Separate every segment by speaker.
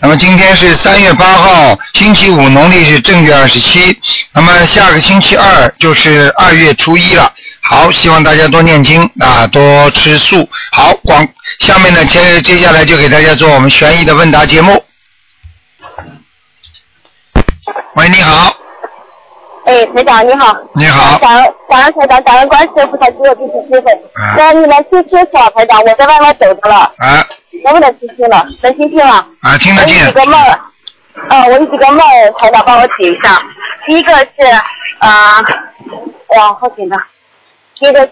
Speaker 1: 那么今天是三月八号，星期五，农历是正月二十七。那么下个星期二就是二月初一了。好，希望大家多念经啊，多吃素。好，广下面呢，接接下来就给大家做我们悬疑的问答节目。喂，你好，
Speaker 2: 哎，台长你好。
Speaker 1: 你好
Speaker 2: 感恩感恩台长，感恩观世音菩萨给我这次机会。
Speaker 1: 啊
Speaker 2: 那你能听清楚啊，台长？我在外面走着了，
Speaker 1: 啊
Speaker 2: 能不能听清了？能听清了？
Speaker 1: 啊，听得
Speaker 2: 我有
Speaker 3: 哎
Speaker 2: 几
Speaker 1: 见，
Speaker 2: 个梦，呃，我有几个梦，台长帮我解一下。第一个是啊、呃，哇，好紧张。第一个是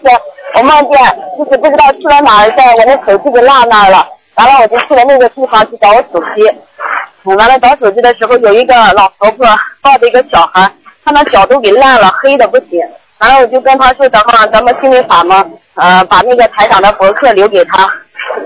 Speaker 2: 我梦见就是不知道去了哪儿，在我的手机给落那儿了，完了我就去了那个地方去找我手机。嗯完了找手机的时候，有一个老婆婆抱着一个小孩，她那脚都给烂了，黑的不行。完了我就跟她说，等会儿咱们心灵法门，呃，把那个台长的博客留给她，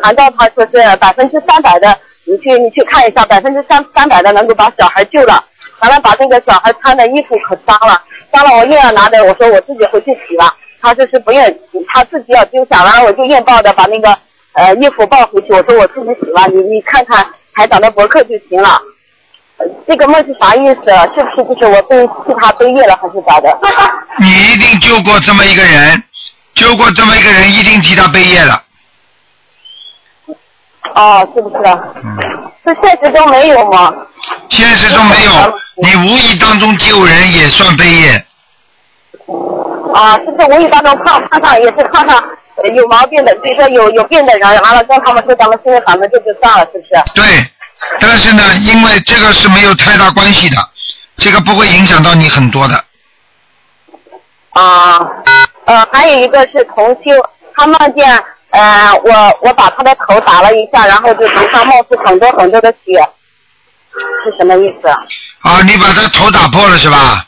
Speaker 2: 按照她说是百分之三百的，你去你去看一下，百分之三三百的能够把小孩救了。完了把那个小孩穿的衣服可脏了，脏了我硬要拿着，我说我自己回去洗吧，她说是不愿意洗，她自己要丢下，完了我就硬抱着把那个呃衣服抱回去，我说我自己洗吧，你你看看台长的博客就行了。呃这个梦是啥意思？啊是不是就是我被其他背业了，还是咋的？
Speaker 1: 你一定救过这么一个人，救过这么一个人，一定替他背业了。
Speaker 2: 哦，是不是？
Speaker 1: 嗯，
Speaker 2: 这现实中没有吗？
Speaker 1: 现实中没有，你无意当中救人也算背业。
Speaker 2: 啊，就是无意当中碰碰上，也是碰上呃有毛病的，就是说有有病的人，完了跟他们说咱们心里反正这就算了，是不是？啊
Speaker 1: 对，但是呢，因为这个是没有太大关系的，这个不会影响到你很多的。
Speaker 2: 啊，呃，还有一个是同修，他梦见呃我我把他的头打了一下，然后就头上冒出很多很多的血，是什么意思？
Speaker 1: 啊，你把他头打破了是吧？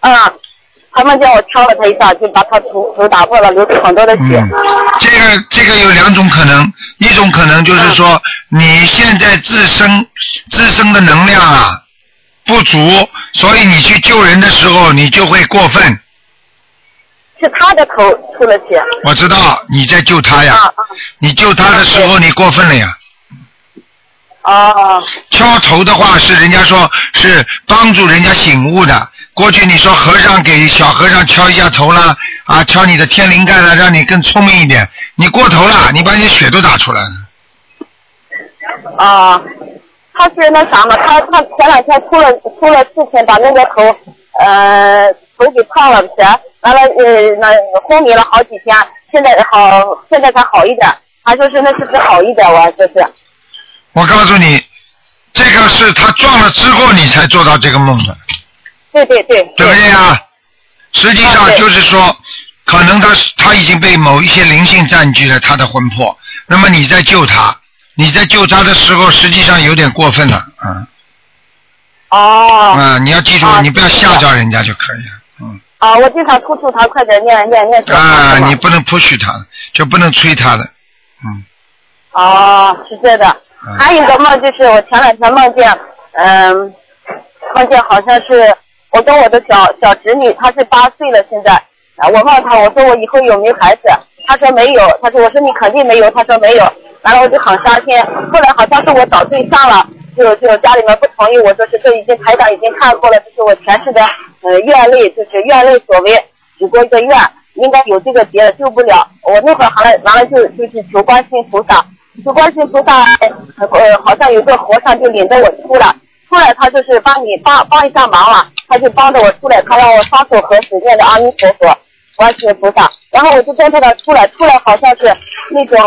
Speaker 2: 嗯，他梦见我敲了他一下，就把他头头打破了，流出很多的血。
Speaker 1: 嗯，这个这个有两种可能，一种可能就是说你现在自身自身的能量啊不足，所以你去救人的时候你就会过分。
Speaker 2: 是他的头出了血。
Speaker 1: 我知道你在救他
Speaker 2: 啊
Speaker 1: 呀，你救他的时候你过分了呀。
Speaker 2: 啊哦
Speaker 1: 敲头的话是人家说是帮助人家醒悟的。过去你说和尚给小和尚敲一下头啦，啊，敲你的天灵盖了，让你更聪明一点。你过头了，你把你血都打出来了。
Speaker 2: 啊，他是那啥嘛，他他前两天出了出了事情，把那个头呃头给烫了皮，完了呃那昏迷了好几天，现在好现在才好一点。他说是那是不是好一点我这是
Speaker 1: 我告诉你，这个是他撞了之后你才做到这个梦的，
Speaker 2: 对对对
Speaker 1: 对不对啊？实际
Speaker 2: 啊
Speaker 1: 上
Speaker 2: 对
Speaker 1: 就是说，可能他是他已经被某一些灵性占据了他的魂魄，那么你在救他，你在救他的时候，实际上有点过分了，嗯。
Speaker 2: 哦、
Speaker 1: 啊，你要记住，
Speaker 2: 啊
Speaker 1: 你不要
Speaker 2: 是
Speaker 1: 吓
Speaker 2: 的
Speaker 1: 着人家就可以了。嗯，
Speaker 2: 啊！我经常督促他快点念念念小房子
Speaker 1: 啊，
Speaker 2: 嘛
Speaker 1: 你不能 push 他，就不能催他的。嗯，
Speaker 2: 哦，是这的。还有一个梦就是我前两天梦见，嗯，梦见好像是我跟我的小小侄女，她是八岁了，现在，啊我问她，我说我以后有没有孩子，她说没有，她说我说你肯定没有，她说没有，完了我就很伤心。后来好像是我找对象了，就就家里面不同意，我说是这已经台长已经看过了，这是我前世的呃愿力，就是愿力所为，许过一个愿，应该有这个劫救不了。我那会儿还完了就就是求观世音菩萨，求观世音菩萨，呃，好像有个和尚就领着我出来，出来他就是帮你帮帮一下忙了，他就帮着我出来，他让我双手合十念着阿弥陀佛，观世音菩萨，然后我就跟着他出来，出来好像是那种，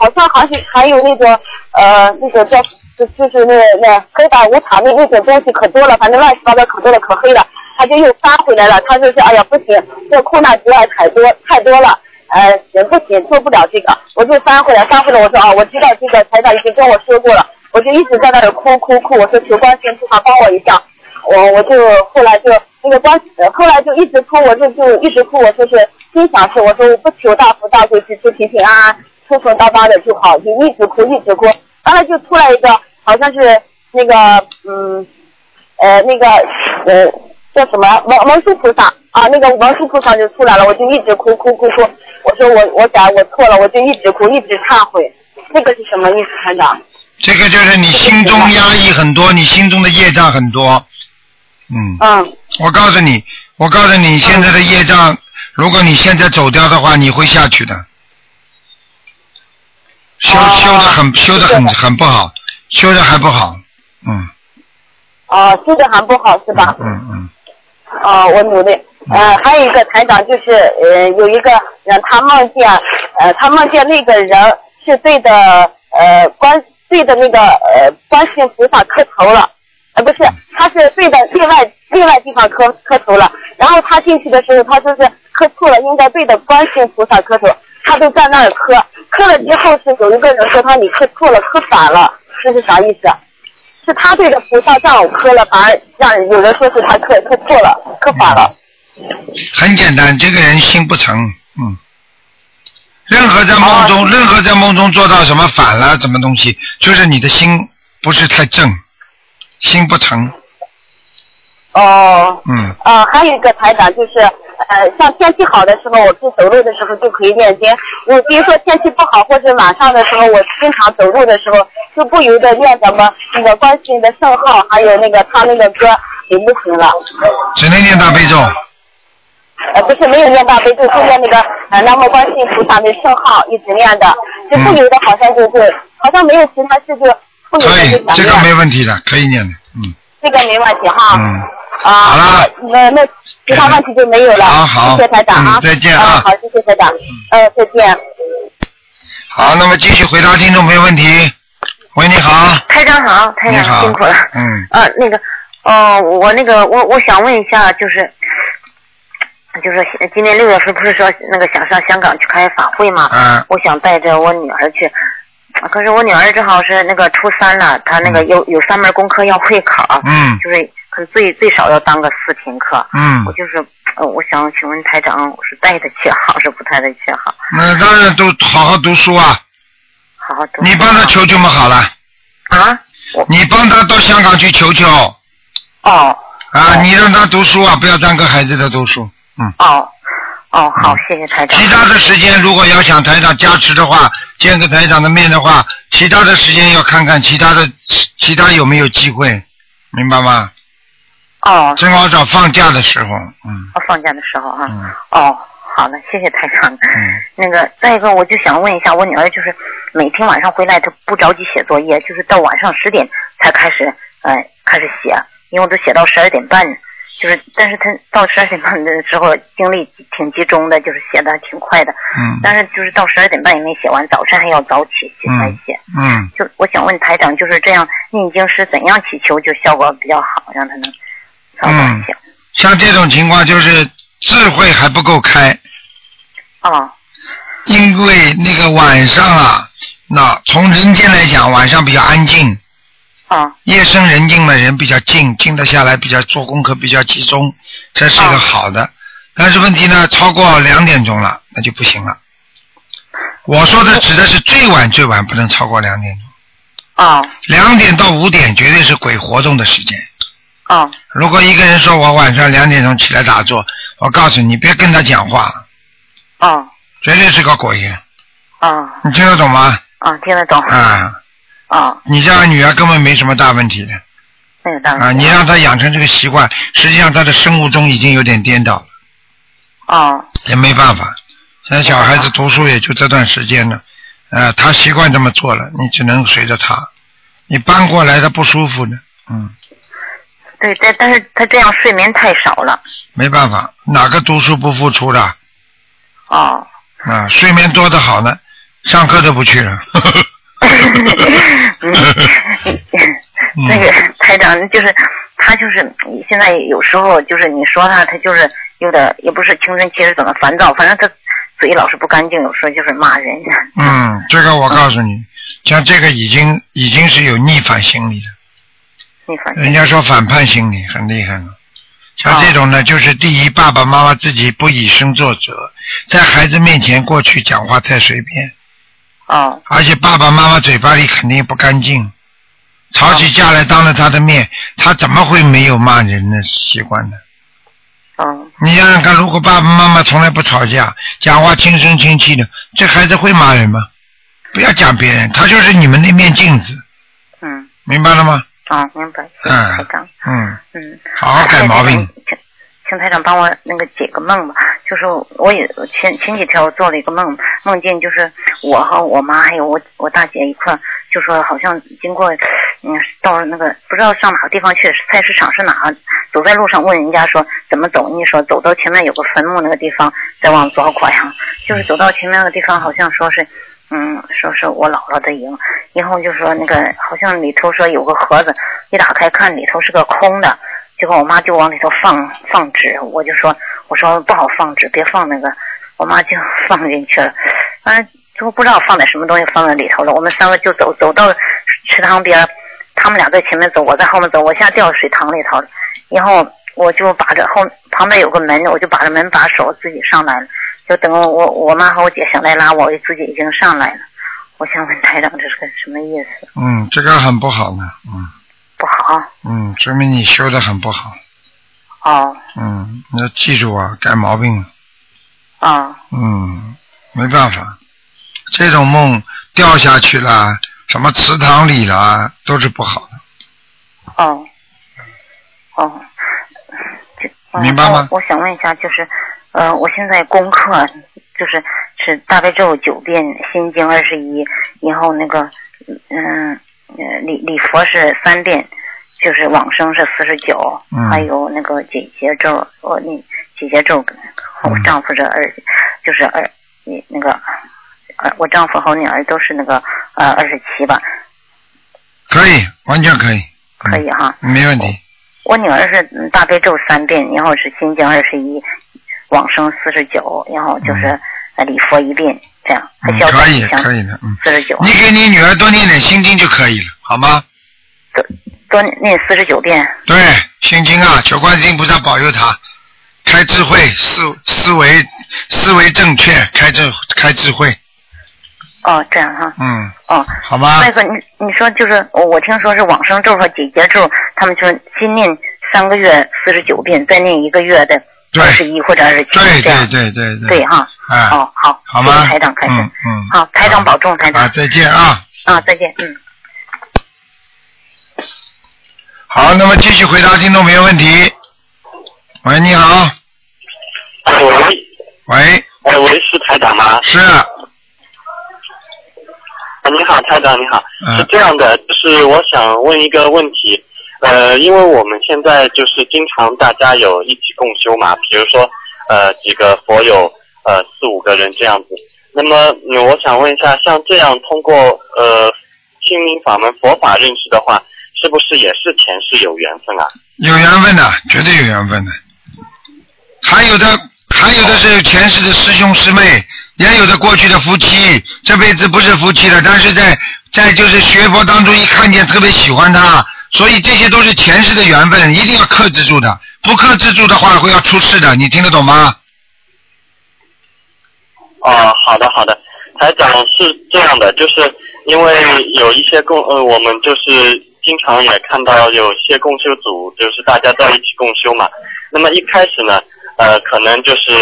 Speaker 2: 好像还是还有那种呃那种叫就就是那那黑白无常那那种东西可多了，反正乱七八糟可多了，可黑了。他就又翻回来了，他就是哎呀不行，这空难之外太多太多了，呃人不行做不了这个，我就翻回来翻回来，我说啊我知道这个台长已经跟我说过了，我就一直在那里哭哭哭，我说求观世音菩萨帮我一下，我我就后来就那个光，呃后来就一直哭，我就就一直哭，我就是心想是我说我不求大富大贵，只求平平安安。抽抽搭搭的就好，就一直哭一直哭，完了就出来一个好像是那个嗯呃那个呃叫什么文文殊菩萨啊，那个文殊菩萨就出来了，我就一直哭哭哭哭，我说我我改我错了，我就一直哭一直忏悔，这个是什么意思，团长？
Speaker 1: 这个就是你心中压抑很多，你心中的业障很多。嗯，
Speaker 2: 嗯
Speaker 1: 我告诉你，我告诉你，现在的业障，如果你现在走掉的话，你会下去的。修
Speaker 2: 哦
Speaker 1: 修的很修的
Speaker 2: 是
Speaker 1: 很
Speaker 2: 的
Speaker 1: 很不好，修的还不好。嗯
Speaker 2: 啊，修的还不好是吧？
Speaker 1: 嗯嗯，
Speaker 2: 啊，我努力。呃，还有一个台长就是，呃，有一个人他梦见，呃，他梦见那个人是对的，呃，观对的那个呃观世音菩萨磕头了，呃，不是，他是对的另外另外地方磕磕头了。然后他进去的时候，他说是磕错了，应该对的观世音菩萨磕头，他就在那儿磕，磕了之后是有一个人说他你磕错了，磕反了，这是啥意思啊？是他对着菩萨让我磕了，反而让有人说是他磕磕错了，磕反了。
Speaker 1: 很简单，这个人心不诚。嗯，任何在梦
Speaker 2: 哦
Speaker 1: 中，任何在梦中做到什么反了什么东西，就是你的心不是太正，心不诚。
Speaker 2: 哦，
Speaker 1: 嗯，
Speaker 2: 呃，还有一个台长就是，呃，像天气好的时候，我是走路的时候就可以念经。你比如说天气不好，或是晚上的时候，我经常走路的时候，就不由得念咱们那个观世音的圣号，还有那个他那个歌，行不行了？
Speaker 1: 只能念大悲咒。
Speaker 2: 呃，不是没有念大悲咒，就念那个呃南无观世音菩萨的圣号，一直念的，就不由得好像就是，好像没有其他事就不由
Speaker 1: 嗯可
Speaker 2: 得
Speaker 1: 以
Speaker 2: 就，
Speaker 1: 这
Speaker 2: 想
Speaker 1: 个
Speaker 2: 念。
Speaker 1: 没问题的，可以念的，嗯
Speaker 2: 这个没问题哈。
Speaker 1: 嗯，
Speaker 2: 啊，
Speaker 1: 好了
Speaker 2: 那那其他问题就没有了。
Speaker 1: 好好
Speaker 2: 谢谢台长啊
Speaker 1: 嗯，再见啊嗯
Speaker 2: 啊好，谢谢台长，呃，再见。
Speaker 1: 好，那么继续回答听众朋友问题。喂，你好，
Speaker 4: 台长好，台
Speaker 1: 你
Speaker 4: 长
Speaker 1: 好，
Speaker 4: 哎辛苦 了。
Speaker 1: 嗯，
Speaker 4: 呃，那个，呃，我那个，我我想问一下，就是，就是今年六月份不是说那个想上香港去开法会嘛？
Speaker 1: 啊，
Speaker 4: 我想带着我女儿去，可是我女儿正好是那个初三了，她那个有有三门功课要会考，
Speaker 1: 嗯
Speaker 4: 就是可能最最少要当个四天课。
Speaker 1: 嗯
Speaker 4: 我，就是，呃，我想请问台长，我是带她去好，是不带她去好？
Speaker 1: 那当然都好好读书啊，
Speaker 4: 好好读。
Speaker 1: 你帮他求求嘛好了，
Speaker 4: 啊？
Speaker 1: 你帮他到香港去求求
Speaker 4: 哦
Speaker 1: 啊，你让他读书啊，不要耽搁孩子的读书，嗯。
Speaker 4: 哦哦，好，谢谢台长。
Speaker 1: 其他的时间如果要想台长加持的话，见个台长的面的话，其他的时间要看看其他的其其他有没有机会，明白吗？
Speaker 4: 哦，
Speaker 1: 正好找放假的时候，嗯
Speaker 4: 我放假的时候啊。
Speaker 1: 嗯
Speaker 4: 哦，好的，谢谢台长。
Speaker 1: 嗯，
Speaker 4: 那个，再一个，我就想问一下，我女儿就是每天晚上回来，她不着急写作业，就是到晚上十点才开始，呃，开始写，因为我都写到十二点半，就是，但是她到十二点半的时候精力挺集中的，就是写的还挺快的，
Speaker 1: 嗯
Speaker 4: 但是就是到十二点半也没写完，早晨还要早起起来写。
Speaker 1: 嗯，
Speaker 4: 就我想问台长，就是这样念经是怎样祈求就效果比较好，让她能早点写？
Speaker 1: 嗯像这种情况就是智慧还不够开，
Speaker 4: 哦
Speaker 1: 因为那个晚上啊，那从人间来讲，晚上比较安静，
Speaker 4: 哦
Speaker 1: 夜深人静嘛，人比较静，静得下来，比较做功课比较集中，这是一个
Speaker 4: 啊
Speaker 1: 好的。但是问题呢，超过两点钟了，那就不行了。我说的指的是最晚最晚不能超过两点钟，
Speaker 4: 哦
Speaker 1: 两点到五点绝对是鬼活动的时间。
Speaker 4: 哦
Speaker 1: 如果一个人说我晚上两点钟起来打坐，我告诉你，别跟他讲话了，
Speaker 4: 哦
Speaker 1: 绝对是个鬼。
Speaker 4: 哦
Speaker 1: 你听得懂吗？
Speaker 4: 哦，听得懂。
Speaker 1: 啊，
Speaker 4: 啊，
Speaker 1: 你家女儿根本没什么大问题的
Speaker 4: 那个当然。
Speaker 1: 啊，你让她养成这个习惯，实际上她的生物钟已经有点颠倒了。
Speaker 4: 哦
Speaker 1: 也没办法，现在小孩子读书也就这段时间了，呃，他习惯这么做了，你只能随着他。你搬过来他不舒服呢，嗯，
Speaker 4: 对，但但是他这样睡眠太少了。
Speaker 1: 没办法，哪个读书不付出的啊、
Speaker 4: 哦，
Speaker 1: 睡眠多的好呢，上课都不去了。
Speaker 4: 嗯 那个台长就是他就是现在有时候就是你说他他就是有点也不是青春期是怎么烦躁，反正他嘴老是不干净，有时候就是骂人。
Speaker 1: 嗯，这个我告诉你，像这个已经已经是有逆反心理的，
Speaker 4: 你反正
Speaker 1: 人家说反叛心理很厉害了。像这种呢，就是第一，爸爸妈妈自己不以身作则，在孩子面前过去讲话太随便，
Speaker 4: 哦，
Speaker 1: 而且爸爸妈妈嘴巴里肯定不干净，吵起架来当着他的面，他怎么会没有骂人的习惯呢？
Speaker 4: 嗯，
Speaker 1: 你想想看，如果爸爸妈妈从来不吵架，讲话轻声轻气的，这孩子会骂人吗？不要讲别人，他就是你们那面镜子，
Speaker 4: 嗯，
Speaker 1: 明白了吗？
Speaker 4: 哦，明白，谢谢
Speaker 1: 嗯
Speaker 4: 台长，
Speaker 1: 嗯，
Speaker 4: 嗯，
Speaker 1: 好好改毛病。
Speaker 4: 请请台长帮我那个解个梦吧，就是我也前前几天我做了一个梦，梦见就是我和我妈还有我我大姐一块儿，就说好像经过，嗯，到了那个不知道上哪个地方去，是菜市场是哪儿，走在路上问人家说怎么走，人家说走到前面有个坟墓那个地方，再往左拐啊，就是走到前面那个地方，好像说是。嗯，说是我姥姥的营，然后就说那个好像里头说有个盒子，一打开看里头是个空的，结果我妈就往里头放放纸，我就说我说不好放纸，别放那个，我妈就放进去了，完了最后不知道放点什么东西放在里头了，我们三个就走走到池塘边儿，他们俩在前面走，我在后面走，我一下掉水塘里头了，然后我就把这后旁边有个门，我就把这门把手自己上来了，就等我我我妈和我姐想来拉我，我就自己已经上来了，我想问台长这是个什么意思？
Speaker 1: 嗯，这个很不好呢，嗯
Speaker 4: 不好
Speaker 1: 嗯，说明你修的很不好，
Speaker 4: 哦
Speaker 1: 嗯，你要记住啊，改毛病，
Speaker 4: 哦
Speaker 1: 嗯，没办法，这种梦掉下去啦，什么池塘里啦，都是不好的。
Speaker 4: 哦，哦，这嗯
Speaker 1: 明白吗
Speaker 4: 我我想问一下，就是，呃，我现在功课就是是大悲咒九遍，心经二十一，然后那个，嗯，呃礼礼佛是三遍，就是往生是四十九
Speaker 1: 嗯，
Speaker 4: 还有那个姐姐咒，我那姐姐咒，和我
Speaker 1: 嗯
Speaker 4: 丈夫这二，就是二，那那个。呃，我丈夫和我女儿都是那个呃二十七吧，
Speaker 1: 可以，完全可以。嗯
Speaker 4: 可以哈。
Speaker 1: 没问题。
Speaker 4: 我女儿是嗯大悲咒三遍，然后是心经二十一，往生四十九，然后就是呃礼佛一遍，这样还
Speaker 1: 嗯，
Speaker 4: 需要
Speaker 1: 可以，可
Speaker 4: 四
Speaker 1: 以的，嗯。
Speaker 4: 十九，
Speaker 1: 你给你女儿多念点心经就可以了，好吗？
Speaker 4: 多念四十九遍。
Speaker 1: 对，心经啊，求观世音菩萨保佑她，开智慧，思思维思维正确，开智开智慧，
Speaker 4: 哦，这样哈，
Speaker 1: 嗯，
Speaker 4: 哦，
Speaker 1: 好吗
Speaker 4: 那？个你你说就是我我听说是往生咒和解结咒，他们就是先念三个月四十九遍，再念一个月的
Speaker 1: 对
Speaker 4: 二十一或者二十七，
Speaker 1: 对
Speaker 4: 这
Speaker 1: 对
Speaker 4: 样
Speaker 1: 对对
Speaker 4: 对，哈，
Speaker 1: 哎，
Speaker 4: 哦好，
Speaker 1: 好
Speaker 4: 谢
Speaker 1: 吗？
Speaker 4: 谢台长开始，
Speaker 1: 嗯嗯，
Speaker 4: 好，台长保重，台长
Speaker 1: 啊，再见啊。
Speaker 4: 啊，再见，嗯。
Speaker 1: 好，那么继续回答听众朋友问题。喂，你好，
Speaker 5: 喂，
Speaker 1: 喂，
Speaker 5: 哎，喂，是台长吗？
Speaker 1: 是，
Speaker 5: 啊你好，台长，你好。是
Speaker 1: 嗯
Speaker 5: 这样的，就是我想问一个问题，呃，因为我们现在就是经常大家有一起共修嘛，比如说呃几个佛友，呃四五个人这样子。那么、嗯我想问一下，像这样通过呃心灵法门佛法认识的话，是不是也是前世有缘分啊？
Speaker 1: 有缘分的，绝对有缘分的。还有的，还有的是前世的师兄师妹，也有的过去的夫妻，这辈子不是夫妻了，但是在在就是学佛当中一看见特别喜欢他，所以这些都是前世的缘分，一定要克制住的。不克制住的话会要出事的，你听得懂吗？
Speaker 5: 哦，好的好的，台长是这样的，就是因为有一些共呃，我们就是经常也看到有些共修组，就是大家在一起共修嘛。那么一开始呢，呃，可能就是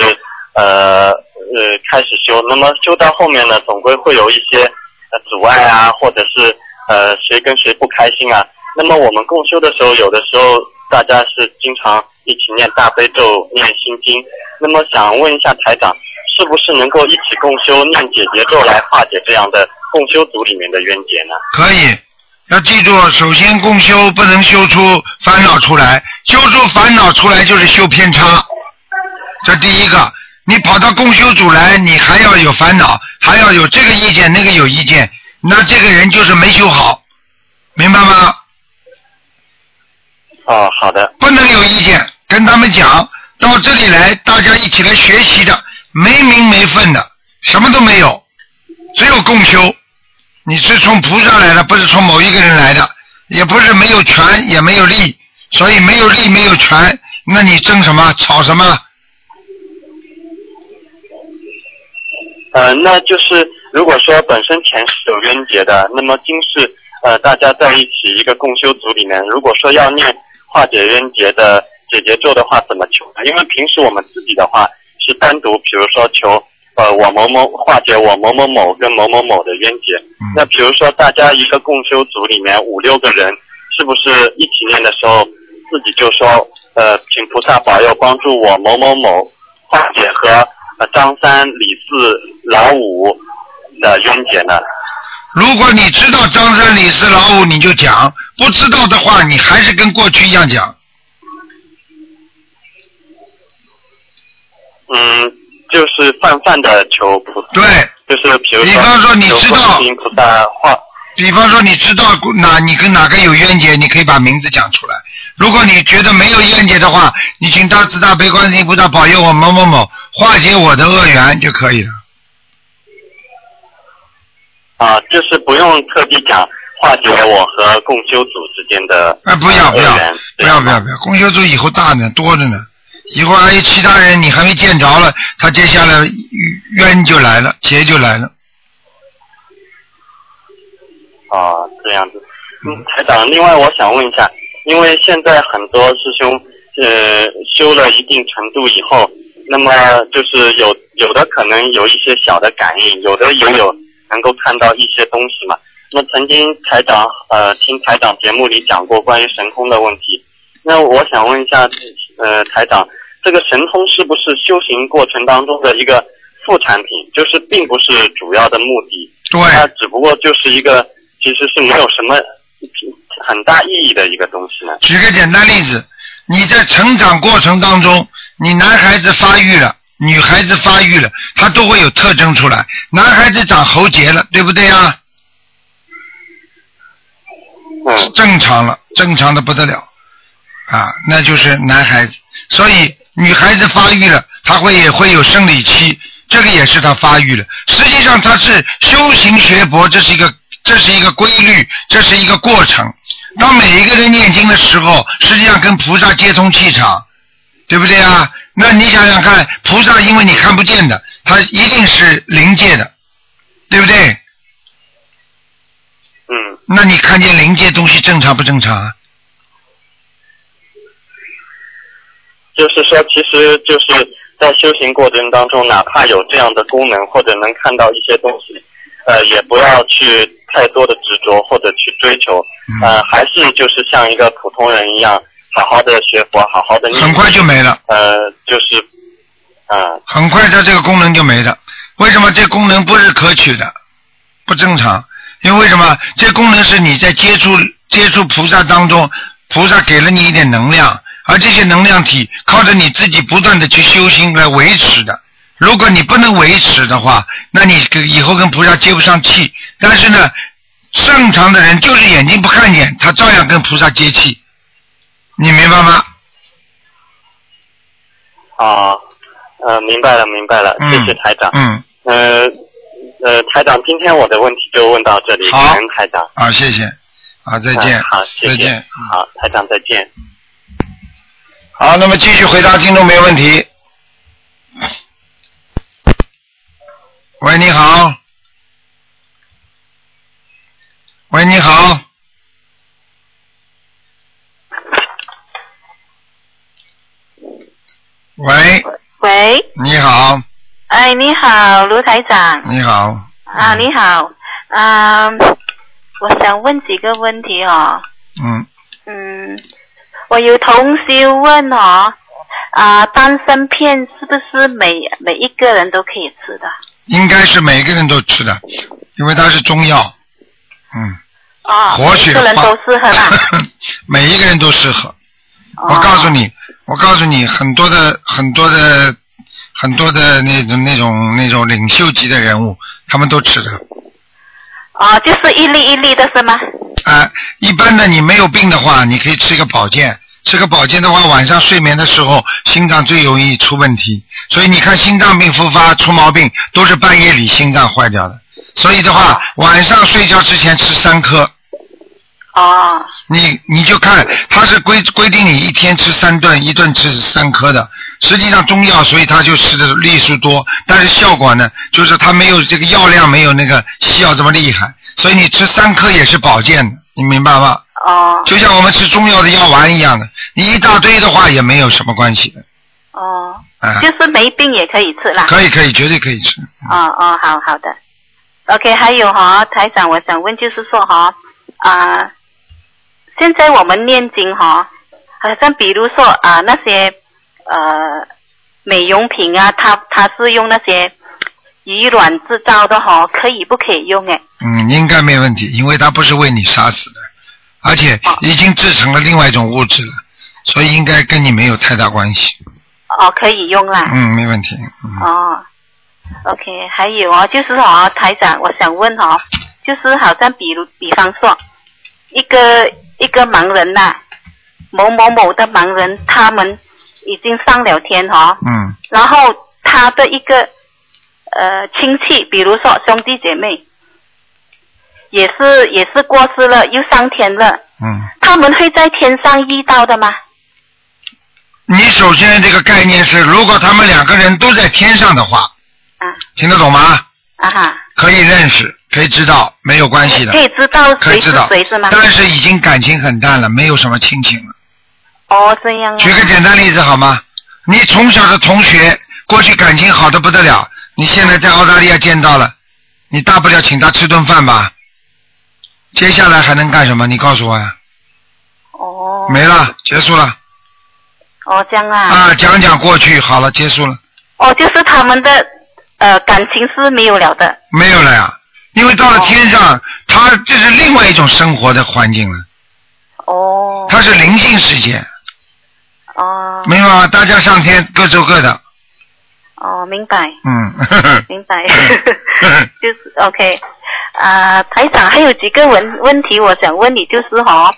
Speaker 5: 呃呃开始修，那么修到后面呢，总归会有一些呃阻碍啊，或者是呃谁跟谁不开心啊。那么我们共修的时候，有的时候大家是经常一起念大悲咒、念心经。那么想问一下台长，是不是能够一起共修念解结咒来化解这样的共修组里面的冤结呢？
Speaker 1: 可以，要记住，首先共修不能修出烦恼出来，修出烦恼出来就是修偏差，这第一个。你跑到共修组来，你还要有烦恼，还要有这个意见那个有意见，那这个人就是没修好，明白吗？
Speaker 5: 哦，好的，
Speaker 1: 不能有意见，跟他们讲，到这里来，大家一起来学习的，没名没分的，什么都没有，只有共修。你是从菩萨来的，不是从某一个人来的，也不是没有权，也没有利，所以没有利没有权，那你争什么？吵什么？
Speaker 5: 呃，那就是如果说本身前世有冤结的，那么今世呃大家在一起一个共修组里面，如果说要念化解冤结的姐姐咒的话，怎么求呢？因为平时我们自己的话是单独，比如说求呃我某某化解我某某某跟某某某的冤结。那比如说大家一个共修组里面五六个人，是不是一起念的时候，自己就说呃请菩萨保佑帮助我某某某化解和呃张三、李四、老五的冤结呢？
Speaker 1: 如果你知道张三李四老五，你就讲；不知道的话，你还是跟过去一样讲。
Speaker 5: 嗯，就是泛泛的求菩萨，
Speaker 1: 对，
Speaker 5: 就是比如
Speaker 1: 比方说你
Speaker 5: 求
Speaker 1: 知道
Speaker 5: 观世音菩萨化
Speaker 1: 比方说，你知道哪你跟哪个有冤结，你可以把名字讲出来。如果你觉得没有冤结的话，你请大慈大悲观世音菩萨保佑我某某某化解我的恶缘就可以了。
Speaker 5: 啊，就是不用特地讲化解我和共修组之间的
Speaker 1: 哎，不要
Speaker 5: 呃
Speaker 1: 不要
Speaker 5: 恶缘
Speaker 1: 不要不要不要，公修组以后大呢多着呢，以后还有其他人你还没见着了，他接下来冤就来了，劫就来了。
Speaker 5: 啊，这样子。嗯，台长，另外我想问一下，因为现在很多师兄呃修了一定程度以后，那么就是有有的可能有一些小的感应，有的也有能够看到一些东西嘛。那曾经台长呃听台长节目里讲过关于神通的问题，那我想问一下呃台长，这个神通是不是修行过程当中的一个副产品，就是并不是主要的目的？
Speaker 1: 对，
Speaker 5: 它只不过就是一个其实是没有什么很大意义的一个东西呢。
Speaker 1: 举个简单例子，你在成长过程当中，你男孩子发育了，女孩子发育了，他都会有特征出来。男孩子长喉结了，对不对呀、
Speaker 5: 嗯
Speaker 1: 正常了，正常的不得了，啊，那就是男孩子。所以女孩子发育了，她会也会有生理期，这个也是她发育了。实际上她是修行学佛，这是一个这是一个规律，这是一个过程。当每一个人念经的时候，实际上跟菩萨接通气场，对不对啊？那你想想看，菩萨因为你看不见的，他一定是灵界的，对不对？
Speaker 5: 嗯，
Speaker 1: 那你看见灵界东西正常不正常啊？
Speaker 5: 就是说，其实就是在修行过程当中，哪怕有这样的功能或者能看到一些东西，呃，也不要去太多的执着或者去追求，
Speaker 1: 嗯
Speaker 5: 呃，还是就是像一个普通人一样，好好的学佛，好好的念，
Speaker 1: 很快就没了，
Speaker 5: 呃，就是，啊、
Speaker 1: 很快它这个功能就没了。为什么这功能不是可取的，不正常？因为为什么？这功能是你在接触接触菩萨当中，菩萨给了你一点能量，而这些能量体靠着你自己不断的去修心来维持的。如果你不能维持的话，那你跟以后跟菩萨接不上气。但是呢，正常的人就是眼睛不看见，他照样跟菩萨接气，你明白吗？
Speaker 5: 啊，呃，明白了，明白了，谢谢台长。
Speaker 1: 嗯，
Speaker 5: 呃，呃，台长，今天我的问题就问到这里，
Speaker 1: 好
Speaker 5: 感恩台长。
Speaker 1: 啊，谢谢，啊，再见
Speaker 5: 嗯，好，谢
Speaker 1: 再
Speaker 5: 谢。
Speaker 1: 见。
Speaker 5: 好，台长再见。
Speaker 1: 好，那么继续回答听众没问题。喂，你好。喂，你好。喂，
Speaker 6: 喂，
Speaker 1: 你好，
Speaker 6: 哎，你好，卢台长
Speaker 1: 你好，
Speaker 6: 啊，你好啊、我想问几个问题哦，
Speaker 1: 嗯，
Speaker 6: 嗯，我有同学问哦，啊、丹参片是不是每每一个人都可以吃的？
Speaker 1: 应该是每个人都吃的，因为它是中药，嗯，
Speaker 6: 哦，
Speaker 1: 活
Speaker 6: 每
Speaker 1: 血
Speaker 6: 一个人
Speaker 1: 化
Speaker 6: 都适 合啦。
Speaker 1: 每一个人都适合。
Speaker 6: 哦、
Speaker 1: 我告诉你，我告诉你，很多的很多的很多的那种那种那种领袖级的人物，他们都吃的。
Speaker 6: 哦，就是一粒一粒的是吗？
Speaker 1: 啊、一般的你没有病的话，你可以吃一个保健。吃个保健的话，晚上睡眠的时候，心脏最容易出问题。所以你看，心脏病复发、出毛病，都是半夜里心脏坏掉的。所以的话，晚上睡觉之前吃三颗，
Speaker 6: 哦，
Speaker 1: 你你就看，它是规规定你一天吃三顿，一顿吃三颗的。实际上中药，所以它就吃的粒数多，但是效果呢，就是它没有这个药量没有那个西药这么厉害，所以你吃三颗也是保健的，你明白吗？
Speaker 6: 哦，
Speaker 1: 就像我们吃中药的药丸一样的，你一大堆的话也没有什么关系的，
Speaker 6: 哦，
Speaker 1: 啊、
Speaker 6: 就是没病也可以吃啦。
Speaker 1: 可以可以，绝对可以吃。
Speaker 6: 哦哦，好好的。OK，还有哈、台长，我想问就是说哈、啊、现在我们念经哈、好像比如说啊、那些呃美容品啊，它它是用那些鱼卵制造的哈、可以不可以用哎？
Speaker 1: 嗯，应该没问题，因为它不是为你杀死的，而且
Speaker 6: 啊
Speaker 1: 已经制成了另外一种物质了，所以应该跟你没有太大关系。
Speaker 6: 哦，可以用啦。
Speaker 1: 嗯，没问题。嗯，
Speaker 6: 哦，OK，还有哦，就是哦，台长，我想问哦，就是好像比如比方说，一个一个盲人呐、某某某的盲人，他们已经上了天哦，
Speaker 1: 嗯
Speaker 6: 然后他的一个呃亲戚，比如说兄弟姐妹，也是也是过世了，又上天了，
Speaker 1: 嗯，
Speaker 6: 他们会在天上遇到的吗？
Speaker 1: 你首先这个概念是，如果他们两个人都在天上的话，
Speaker 6: 啊
Speaker 1: 听得懂吗？
Speaker 6: 啊哈，
Speaker 1: 可以认识，可以知道，没有关系的
Speaker 6: 可，以知道
Speaker 1: 可以
Speaker 6: 谁
Speaker 1: 知
Speaker 6: 是
Speaker 1: 道
Speaker 6: 谁是吗？
Speaker 1: 但是已经感情很淡了，没有什么亲情了。
Speaker 6: 哦，这样啊。
Speaker 1: 举个简单例子好吗？你从小的同学，过去感情好的不得了，你现在在澳大利亚见到了，你大不了请他吃顿饭吧。接下来还能干什么？你告诉我呀、
Speaker 6: 哦。
Speaker 1: 没了，结束了
Speaker 6: 哦，这样啊。
Speaker 1: 啊！讲讲过去，好了，结束了，
Speaker 6: 哦，就是他们的呃感情是没有了的。
Speaker 1: 没有了呀。因为到了天上，他这是另外一种生活的环境了，
Speaker 6: 哦。
Speaker 1: 它是灵性世界，
Speaker 6: 哦
Speaker 1: 明白吗？大家上天各走各的，
Speaker 6: 哦，明白
Speaker 1: 嗯，呵呵
Speaker 6: 明白，
Speaker 1: 嗯
Speaker 6: 就是 OK。啊、台长还有几个问问题，我想问你，就是哈、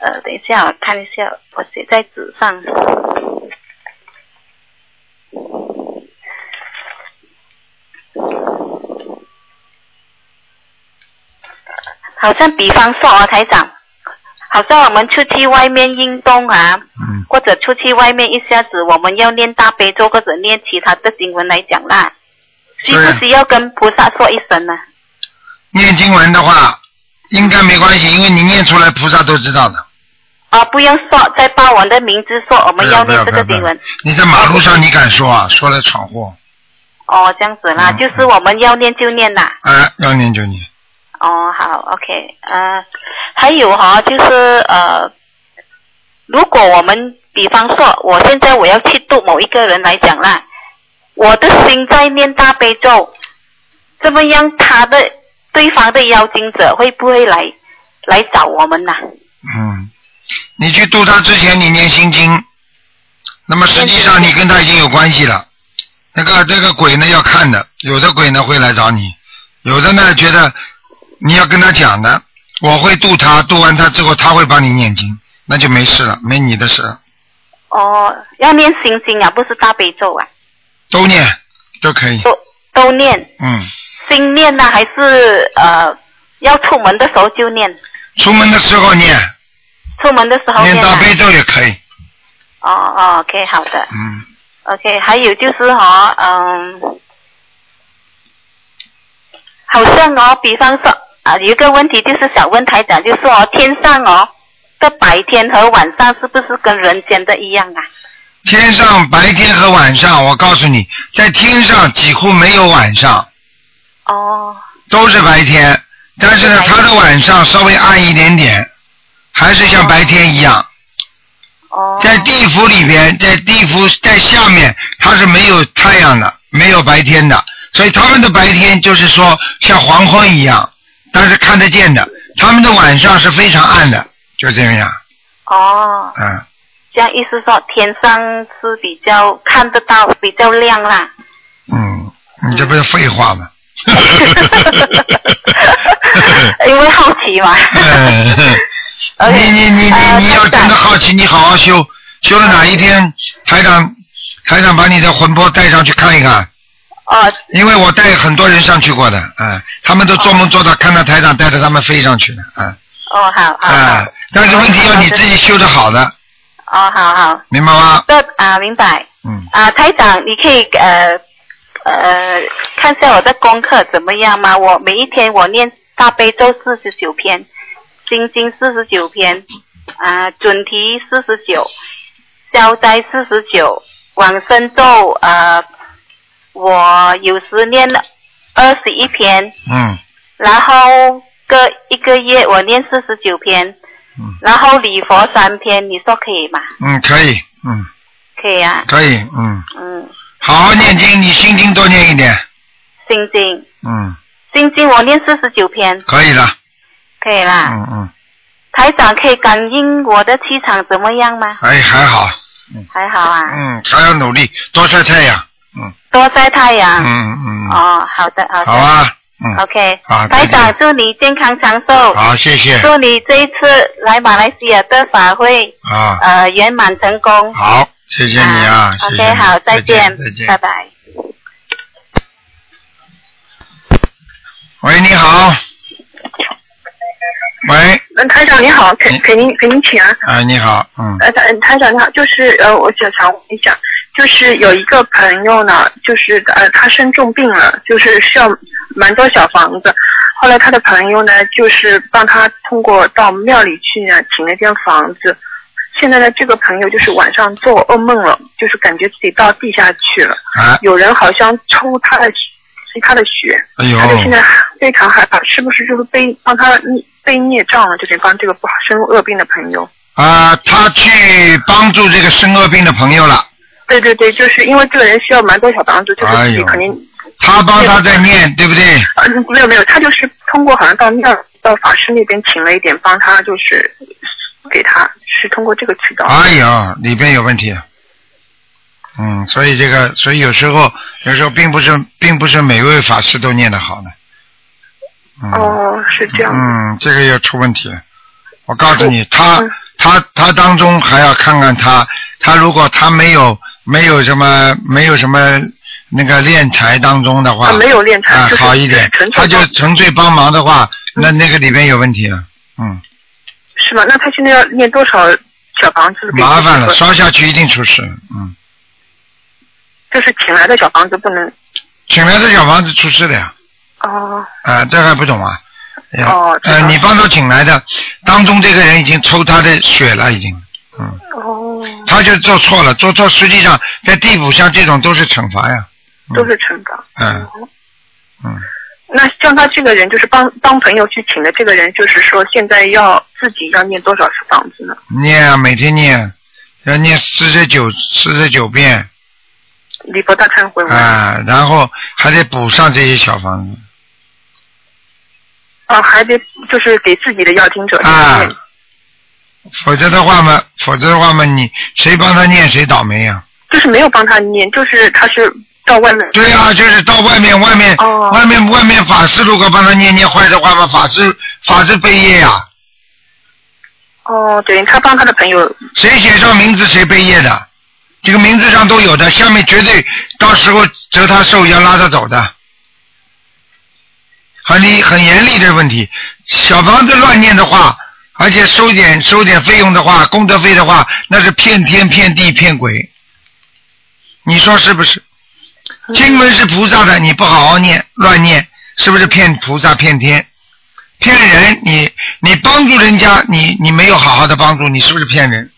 Speaker 6: 呃，等一下我看一下，我写在纸上。好像比方说啊，台长，好像我们出去外面运动啊，
Speaker 1: 嗯
Speaker 6: 或者出去外面一下子，我们要念大悲咒或者念其他的经文来讲啦，需
Speaker 1: 对啊
Speaker 6: 不需要跟菩萨说一声呢？
Speaker 1: 念经文的话，应该没关系，因为你念出来，菩萨都知道的。
Speaker 6: 啊，不用说，再报我们的名字说我们要
Speaker 1: 不
Speaker 6: 念
Speaker 1: 要
Speaker 6: 这
Speaker 1: 不
Speaker 6: 个
Speaker 1: 要不
Speaker 6: 经
Speaker 1: 要
Speaker 6: 文。！
Speaker 1: 你在马路上你敢说啊？说了闯祸，
Speaker 6: 哦，这样子啦，
Speaker 1: 嗯
Speaker 6: 就是我们要念就念啦。
Speaker 1: 哎，要念就念。
Speaker 6: 哦，好，OK，呃，还有哈、就是呃，如果我们比方说，我现在我要去度某一个人来讲啦，我的心在念大悲咒，这么样他的对方的邀请者会不会来来找我们呐、
Speaker 1: 嗯，你去度他之前，你念心经，那么实际上你跟他已经有关系了。那个这个鬼呢要看的，有的鬼呢会来找你，有的呢觉得你要跟他讲的，我会度他，度完他之后他会帮你念经，那就没事了，没你的事了，
Speaker 6: 哦，要念心经啊，不是大悲咒啊，
Speaker 1: 都念都可以。
Speaker 6: 都都念
Speaker 1: 嗯，
Speaker 6: 心念呢、还是呃要出门的时候就念，
Speaker 1: 出门的时候念，
Speaker 6: 出门的时候
Speaker 1: 念
Speaker 6: 念、
Speaker 1: 大
Speaker 6: 啊。
Speaker 1: 悲咒也可以。
Speaker 6: 哦哦，OK，好的。
Speaker 1: 嗯。
Speaker 6: OK，还有就是哈、嗯，好像哦，比方说啊，有一个问题就是想问台长，就是哦，天上哦的白天和晚上是不是跟人间的一样啊？
Speaker 1: 天上白天和晚上，我告诉你，在天上几乎没有晚上，
Speaker 6: 哦
Speaker 1: 都是白天。但是呢，
Speaker 6: 都是白
Speaker 1: 它
Speaker 6: 天
Speaker 1: 的晚上稍微暗一点点，还是像白天一样。
Speaker 6: 哦，
Speaker 1: 在地府里边，在地府在下面，它是没有太阳的，没有白天的，所以他们的白天就是说像黄昏一样，但是看得见的。他们的晚上是非常暗的，就这样，
Speaker 6: 哦，
Speaker 1: 嗯，
Speaker 6: 这样意思说天上是比较看得到，比较亮啦。
Speaker 1: 嗯，你这不是废话吗？
Speaker 6: 因为好奇嘛。
Speaker 1: 你
Speaker 6: OK，
Speaker 1: 你你
Speaker 6: 呃
Speaker 1: 你你要
Speaker 6: 台长
Speaker 1: 真的好奇，你好好修，修了哪一天台长台长把你的魂魄带上去看一看，
Speaker 6: 哦
Speaker 1: 因为我嗯带很多人上去过的，啊、他们都做梦做到看到台长带着他们飞上去的，啊、
Speaker 6: 哦，好好。
Speaker 1: 啊，但是问题要你自己修的好的，
Speaker 6: 哦，好好。
Speaker 1: 明白吗？
Speaker 6: 这啊，明白。
Speaker 1: 嗯，
Speaker 6: 啊，台长，你可以呃呃看一下我的功课怎么样吗？我每一天我念大悲咒四十九篇，心经四十九篇，啊、准提四十九，消灾四十九，往生咒啊、呃我有时念二十一篇，
Speaker 1: 嗯
Speaker 6: 然后隔一个月我念四十九篇，
Speaker 1: 嗯
Speaker 6: 然后礼佛三篇，你说可以吗？
Speaker 1: 嗯，可以，嗯
Speaker 6: 可以啊，
Speaker 1: 可以，嗯，
Speaker 6: 嗯，
Speaker 1: 好好念经，你心经多念一点，
Speaker 6: 心经。
Speaker 1: 嗯，
Speaker 6: 心经我念四十九篇，
Speaker 1: 可以了，
Speaker 6: 可以啦。
Speaker 1: 嗯嗯，
Speaker 6: 台长可以感应我的气场怎么样吗？
Speaker 1: 哎，还好，
Speaker 6: 还好啊，
Speaker 1: 嗯，还要努力，多晒太阳，嗯
Speaker 6: 多晒太阳。
Speaker 1: 嗯嗯，
Speaker 6: 啊哦，好的，好的。
Speaker 1: 好吧，嗯，
Speaker 6: OK。
Speaker 1: 好再
Speaker 6: 台
Speaker 1: 见
Speaker 6: 长，祝你健康长寿。
Speaker 1: 好，谢谢，
Speaker 6: 祝你这一次来马来西亚的法会
Speaker 1: 啊，
Speaker 6: 呃圆满成功。
Speaker 1: 好，谢谢你啊，谢谢
Speaker 6: OK，
Speaker 1: 你
Speaker 6: 好，再
Speaker 1: 见，
Speaker 6: 见，
Speaker 1: 再见。
Speaker 6: 拜拜。
Speaker 1: 喂，你好，喂，
Speaker 3: 嗯，台长你好，给
Speaker 1: 嗯
Speaker 3: 给您给您请安。
Speaker 1: 啊，你好，嗯
Speaker 3: 呃，台台长你好，就是呃，我想想问一下，就是有一个朋友呢，就是呃，他生重病了，就是需要蛮多小房子。后来他的朋友呢，就是帮他通过到庙里去呢，请了间房子。现在呢，这个朋友就是晚上做噩梦了，就是感觉自己到地下去了，
Speaker 1: 啊，
Speaker 3: 有人好像抽他的吸他的血，
Speaker 1: 哎呦
Speaker 3: 他，就现在非常害怕，是不是就是被帮他逆被孽障了？就是帮这个不好生恶病的朋友。
Speaker 1: 啊，他去帮助这个生恶病的朋友了，
Speaker 3: 对对对，就是因为这个人需要蛮多小房子，就是自
Speaker 1: 哎
Speaker 3: 己
Speaker 1: 呦
Speaker 3: 肯定、
Speaker 1: 他帮他在念，对不对？
Speaker 3: 呃没有没有，他就是通过好像到那儿到法师那边请了一点，帮他就是给他是通过这个渠道。
Speaker 1: 哎呦，里边有问题。啊嗯，所以这个，所以有时候，有时候并不是，并不是每位法师都念得好的。嗯、
Speaker 3: 哦，是这样。
Speaker 1: 嗯，这个又出问题了。我告诉你，他
Speaker 3: 嗯
Speaker 1: 他他当中还要看看他，他如果他没有没有什么没有什么那个练财当中的话，
Speaker 3: 啊，没有练财，
Speaker 1: 啊
Speaker 3: 就是
Speaker 1: 好一点
Speaker 3: 纯，粹
Speaker 1: 他就
Speaker 3: 帮嗯
Speaker 1: 纯粹帮忙的话，那那个里边有问题了，嗯，
Speaker 3: 是吗？那他现在要念多少小房子？
Speaker 1: 麻烦了，，烧下去一定出事，嗯，
Speaker 3: 就是请来的小房子不能
Speaker 1: 请来的小房子出事了呀。
Speaker 3: 哦
Speaker 1: 啊，这还不懂啊？哎呀
Speaker 3: 哦知道
Speaker 1: 呃，你帮他请来的，当中这个人已经抽他的血了，已经，嗯，
Speaker 3: 哦，
Speaker 1: 他就是做错了，做错实际上在地府像这种都是惩罚呀，嗯
Speaker 3: 都是成长。
Speaker 1: 嗯嗯，
Speaker 3: 那像他这个人，就是帮帮朋友去请的这个人，就是说现在要自己要念多少次房子呢？
Speaker 1: 念啊，每天念，要念四十九四十九遍
Speaker 3: 礼佛大忏悔文啊
Speaker 1: 啊，然后还得补上这些小房子
Speaker 3: 哦还得就是给自己的要听者
Speaker 1: 啊
Speaker 3: 念，
Speaker 1: 否则的话嘛，否则的话嘛，你谁帮他念谁倒霉呀、
Speaker 3: 就是没有帮他念，就是他是到外面
Speaker 1: 对啊，就是到外面，外面，
Speaker 3: 哦
Speaker 1: 外面，外面法师如果帮他念念坏的话嘛，法师法师背业呀、
Speaker 3: 哦，对他帮他的朋友
Speaker 1: 谁写上名字谁背业的，这个名字上都有的，下面绝对到时候折他寿要拉他走的，很厉很严厉的问题。小房子乱念的话，而且收点收点费用的话，功德费的话，那是骗天骗地骗鬼，你说是不是？经文是菩萨的，你不好好念乱念，是不是骗菩萨骗天？骗人，你你帮助人家，你你没有好好的帮助，你是不是骗人？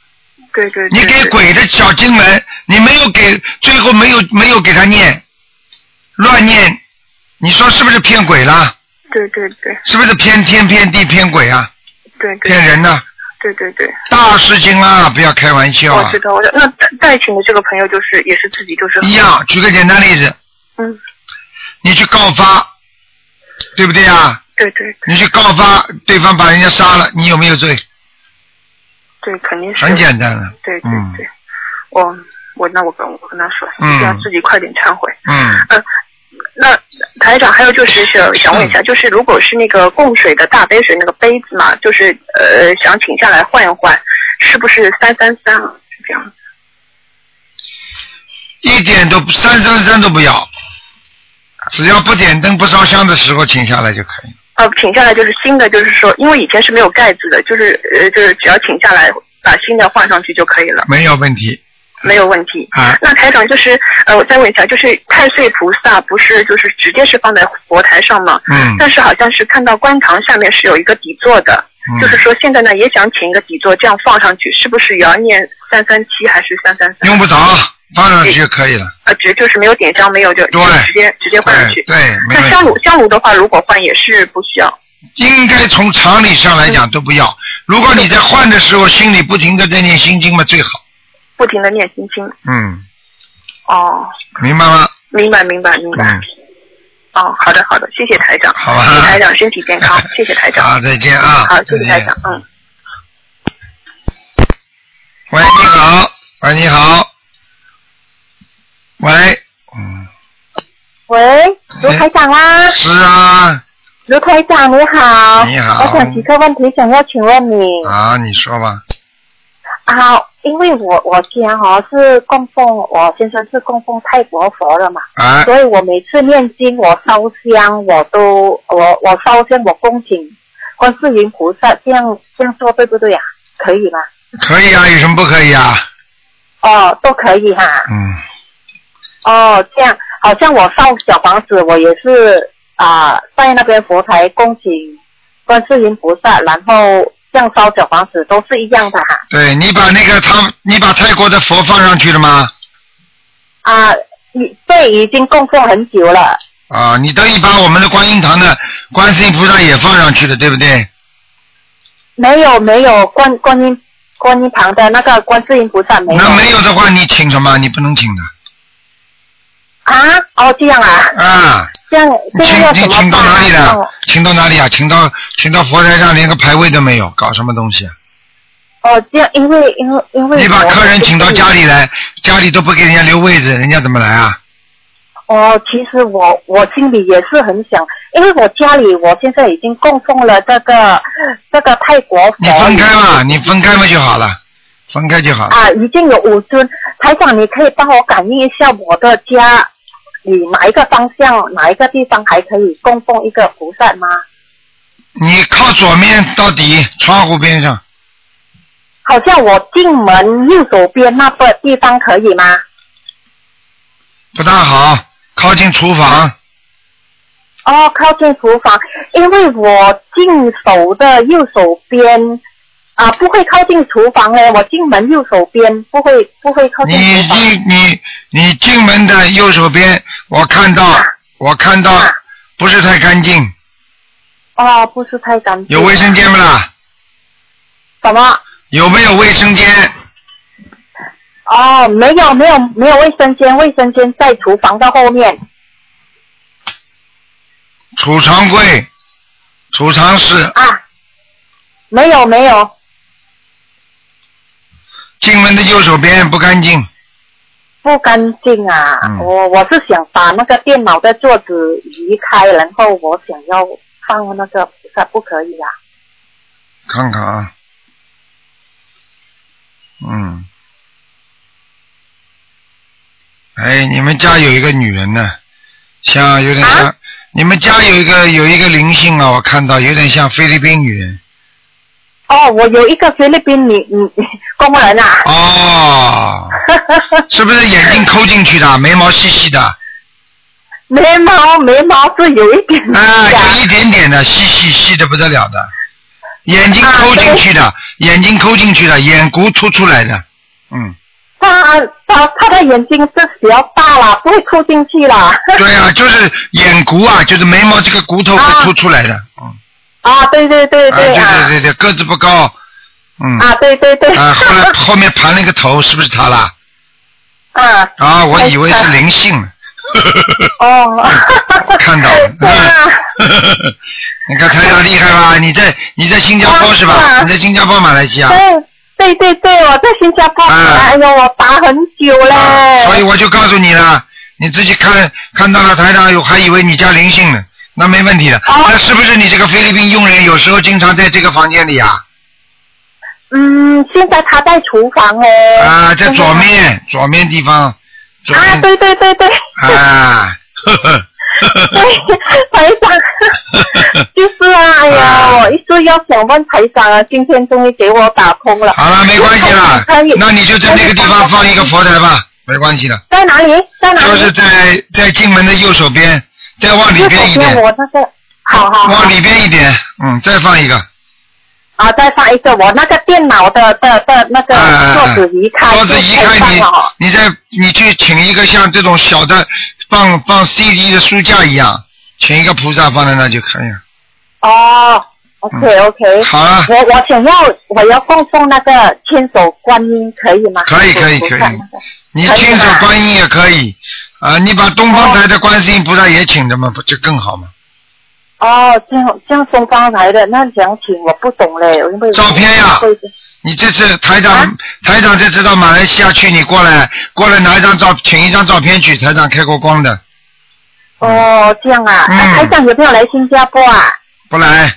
Speaker 3: 对对对
Speaker 1: 你给
Speaker 3: 对
Speaker 1: 鬼的小经文，你没有给，最后没有没有给他念，乱念，你说是不是骗鬼啦？
Speaker 3: 对对对
Speaker 1: 是不是骗天骗地骗鬼啊？
Speaker 3: 对对
Speaker 1: 骗人呢、
Speaker 3: 对对对，
Speaker 1: 大事情啊，不要开玩笑
Speaker 3: 我
Speaker 1: 啊
Speaker 3: 知！道，我知道那带带请的这个朋友就是也是自己就是
Speaker 1: 一样，举个简单例子，
Speaker 3: 嗯，
Speaker 1: 你去告发，对不对啊？
Speaker 3: 对对对
Speaker 1: 你去告发对方把人家杀了，你有没有罪？
Speaker 3: 对，肯定是
Speaker 1: 很简单的，
Speaker 3: 对对
Speaker 1: 嗯
Speaker 3: 对，我我那我跟我跟他说，
Speaker 1: 嗯
Speaker 3: 一定要自己快点忏悔。
Speaker 1: 嗯，
Speaker 3: 那台长，还有就是想想问一下，就是如果是那个供水的大杯水那个杯子嘛，就是呃想请下来换一换，是不是三三三啊？是这样？
Speaker 1: 一点都不三三三都不要，只要不点灯不烧香的时候请下来就可以了。
Speaker 3: 呃，请下来就是新的，就是说，因为以前是没有盖子的，就是呃，就是只要请下来，把新的换上去就可以了，
Speaker 1: 没有问题
Speaker 3: 没有问题。
Speaker 1: 啊。
Speaker 3: 那台长就是呃，我再问一下，就是太岁菩萨不是就是直接是放在佛台上吗？
Speaker 1: 嗯
Speaker 3: 但是好像是看到观堂下面是有一个底座的，就是
Speaker 1: 嗯，
Speaker 3: 说现在呢也想请一个底座，这样放上去，是不是也要念三三七还是三三三？
Speaker 1: 嗯用不着放上去就可以了。
Speaker 3: 呃，直就是没有点香，没有就就
Speaker 1: 对
Speaker 3: 直接直接换上
Speaker 1: 对
Speaker 3: 去。
Speaker 1: 对，没
Speaker 3: 那
Speaker 1: 问
Speaker 3: 香
Speaker 1: 题。
Speaker 3: 炉香炉的话，如果换也是不需要。
Speaker 1: 应该从常理上来讲都不要。如果你在换的时候心里不停的在念心经嘛，最好。
Speaker 3: 不停的念心经。
Speaker 1: 嗯，
Speaker 3: 哦，
Speaker 1: 明白吗？
Speaker 3: 明白明白明白。
Speaker 1: 嗯，
Speaker 3: 哦，好的好的，谢谢台长，
Speaker 1: 好吧
Speaker 3: 谢谢台长身体 健康，谢谢台长。
Speaker 1: 好，再见啊。
Speaker 3: 好，谢谢
Speaker 1: 再
Speaker 3: 台
Speaker 1: 见
Speaker 3: 长，嗯。
Speaker 1: 喂，你好，喂，你好，喂，嗯，
Speaker 7: 喂，卢台长啊，
Speaker 1: 是啊，
Speaker 7: 卢台长你好，
Speaker 1: 你好
Speaker 7: 我想几个问题想要请问你
Speaker 1: 啊，你说吧，
Speaker 7: 啊，因为我我家哈、是供奉我先生是供奉泰国佛的嘛，
Speaker 1: 啊，
Speaker 7: 所以我每次念经我烧香我都我我烧香我恭请观世音菩萨，这样这样做对不对啊？可以吗？
Speaker 1: 可以啊，有什么不可以啊？
Speaker 7: 哦，都可以哈、
Speaker 1: 嗯，
Speaker 7: 哦，这样好像我烧小房子，我也是啊、在那边佛台恭请观世音菩萨，然后这样烧小房子都是一样的哈。
Speaker 1: 对你把那个他，你把泰国的佛放上去了吗？
Speaker 7: 啊，你这已经供奉很久了。
Speaker 1: 啊，你等于把我们的观音堂的观世音菩萨也放上去了，对不对？
Speaker 7: 没有没有观观音观音堂的那个观世音菩萨没有
Speaker 1: 那没有的话，你请什么？你不能请的
Speaker 7: 啊？哦，这样啊，
Speaker 1: 啊！
Speaker 7: 这样
Speaker 1: 你
Speaker 7: 这样要
Speaker 1: 请
Speaker 7: 怎
Speaker 1: 你请
Speaker 7: 么办
Speaker 1: 到
Speaker 7: 啊
Speaker 1: 哪里
Speaker 7: 哦
Speaker 1: 了？请到哪里啊？请到请到佛台上连个牌位都没有，搞什么东西啊？
Speaker 7: 哦，这样因为因为因为
Speaker 1: 你把
Speaker 7: 我
Speaker 1: 客人
Speaker 7: 就是
Speaker 1: 请到家里来，家里都不给人家留位置，人家怎么来啊？
Speaker 7: 哦，其实我我心里也是很想，因为我家里我现在已经供奉了这个这个泰国佛，
Speaker 1: 你分开嘛，你分开嘛就好了，分开就好了。
Speaker 7: 啊，已经有五尊。台长，你可以帮我感应一下我的家里哪一个方向、哪一个地方还可以供奉一个菩萨吗？
Speaker 1: 你靠左面到底，窗户边上，
Speaker 7: 好像我进门右手边那个地方可以吗？
Speaker 1: 不大好，靠近厨房，
Speaker 7: 哦，靠近厨房，因为我进手的右手边啊，不会靠近厨房嘞，我进门右手边不会不会靠近
Speaker 1: 你
Speaker 7: 厨房。
Speaker 1: 进你你进门的右手边，我看到
Speaker 7: 啊
Speaker 1: 我看到
Speaker 7: 啊
Speaker 1: 不是太干净，
Speaker 7: 哦，不是太干净。
Speaker 1: 有卫生？间不啦？
Speaker 7: 什么？
Speaker 1: 有没有卫生间？
Speaker 7: 哦，没有没有没有卫生间，卫生间在厨房的后面。
Speaker 1: 储藏柜、储藏室，
Speaker 7: 啊，没有没有，
Speaker 1: 进门的右手边不干净，
Speaker 7: 不干净啊！
Speaker 1: 嗯
Speaker 7: 我我是想把那个电脑的桌子移开，然后我想要放那个菩萨，不可以啊？
Speaker 1: 看看啊，嗯，哎，你们家有一个女人呢，像有点像，你们家有一个有一个灵性啊，我看到有点像菲律宾女人。
Speaker 7: 哦，我有一个菲律宾女女 工人啊，
Speaker 1: 哦，是不是眼睛抠进去的，眉毛细细的，
Speaker 7: 眉毛眉毛是有一点的、
Speaker 1: 啊，有一点点的，细细细的不得了的，眼
Speaker 7: 啊
Speaker 1: 睛抠进去的，眼睛抠进去的，眼骨凸出来的，嗯，
Speaker 7: 她她她的眼睛是比较大了，不会凸进去了。
Speaker 1: 对啊，就是眼骨啊，就是眉毛这个骨头会凸出来的，嗯，
Speaker 7: 啊，对对对
Speaker 1: 啊，
Speaker 7: 啊
Speaker 1: 对
Speaker 7: 对
Speaker 1: 对
Speaker 7: 啊，
Speaker 1: 对对，个子不高，嗯，
Speaker 7: 啊对对对，
Speaker 1: 啊，后 来后面盘了一个头，是不是他啦？
Speaker 7: 啊
Speaker 1: 啊，我以为是灵性呢， 嗯
Speaker 7: 哦，
Speaker 1: 看到了，
Speaker 7: 对啊。
Speaker 1: 你看台长厉害吧？你在你在新加坡是
Speaker 7: 是
Speaker 1: 吧？
Speaker 7: 啊
Speaker 1: 你在新加坡、马来西亚。
Speaker 7: 对对对对，我在新加坡，
Speaker 1: 啊
Speaker 7: 哎呦，我打很久嘞。
Speaker 1: 啊所以我就告诉你了，你自己看看到了台长有，还以为你家灵性呢，那没问题的。
Speaker 7: 哦
Speaker 1: 那是不是你这个菲律宾佣人有时候经常在这个房间里啊？
Speaker 7: 嗯，现在他在厨房哎。
Speaker 1: 啊，在左。
Speaker 7: 嗯
Speaker 1: 面左面地方，左
Speaker 7: 啊，
Speaker 1: 面
Speaker 7: 对对对 对，嗯
Speaker 1: 啊，呵呵呵呵
Speaker 7: 对，台长，就是啊哎
Speaker 1: 啊
Speaker 7: 我一直要想问台长啊，今天终于给我打通了。
Speaker 1: 好了，没关系了
Speaker 7: 可以，
Speaker 1: 那你就在那个地方放一个佛台吧，没关系的，
Speaker 7: 在哪里？在哪里？
Speaker 1: 就是在在进门的右手边，再往里边一
Speaker 7: 右手边
Speaker 1: 点，
Speaker 7: 我那个，好好好
Speaker 1: 往里边一点，嗯，再放一个，
Speaker 7: 啊，再放一个我那个电脑的的的那个
Speaker 1: 哎哎哎
Speaker 7: 桌子移开，
Speaker 1: 桌子一
Speaker 7: 就可以
Speaker 1: 看
Speaker 7: 放了哦
Speaker 1: 你，你再你去请一个像这种小的放放 CD 的书架一样，请一个菩萨放在那就可以了。
Speaker 7: 哦，OK OK，
Speaker 1: 好了，
Speaker 7: 我我想要我要供奉那个千手观音，可以吗？
Speaker 1: 可以可以可以
Speaker 7: 我看那个
Speaker 1: 你亲手观音也可以啊，你把东方台的观世音菩萨也请的嘛，不就更好吗？
Speaker 7: 哦，这样这样送方来的那奖品我不懂嘞，因为我
Speaker 1: 照片呀
Speaker 7: 不会
Speaker 1: 你这次台长、
Speaker 7: 啊
Speaker 1: 台长这次到马来西亚去，你过来过来拿一张照，请一张照片去，台长开过光的，
Speaker 7: 哦，这样啊，
Speaker 1: 嗯
Speaker 7: 那台长有没有来新加坡啊？
Speaker 1: 不来，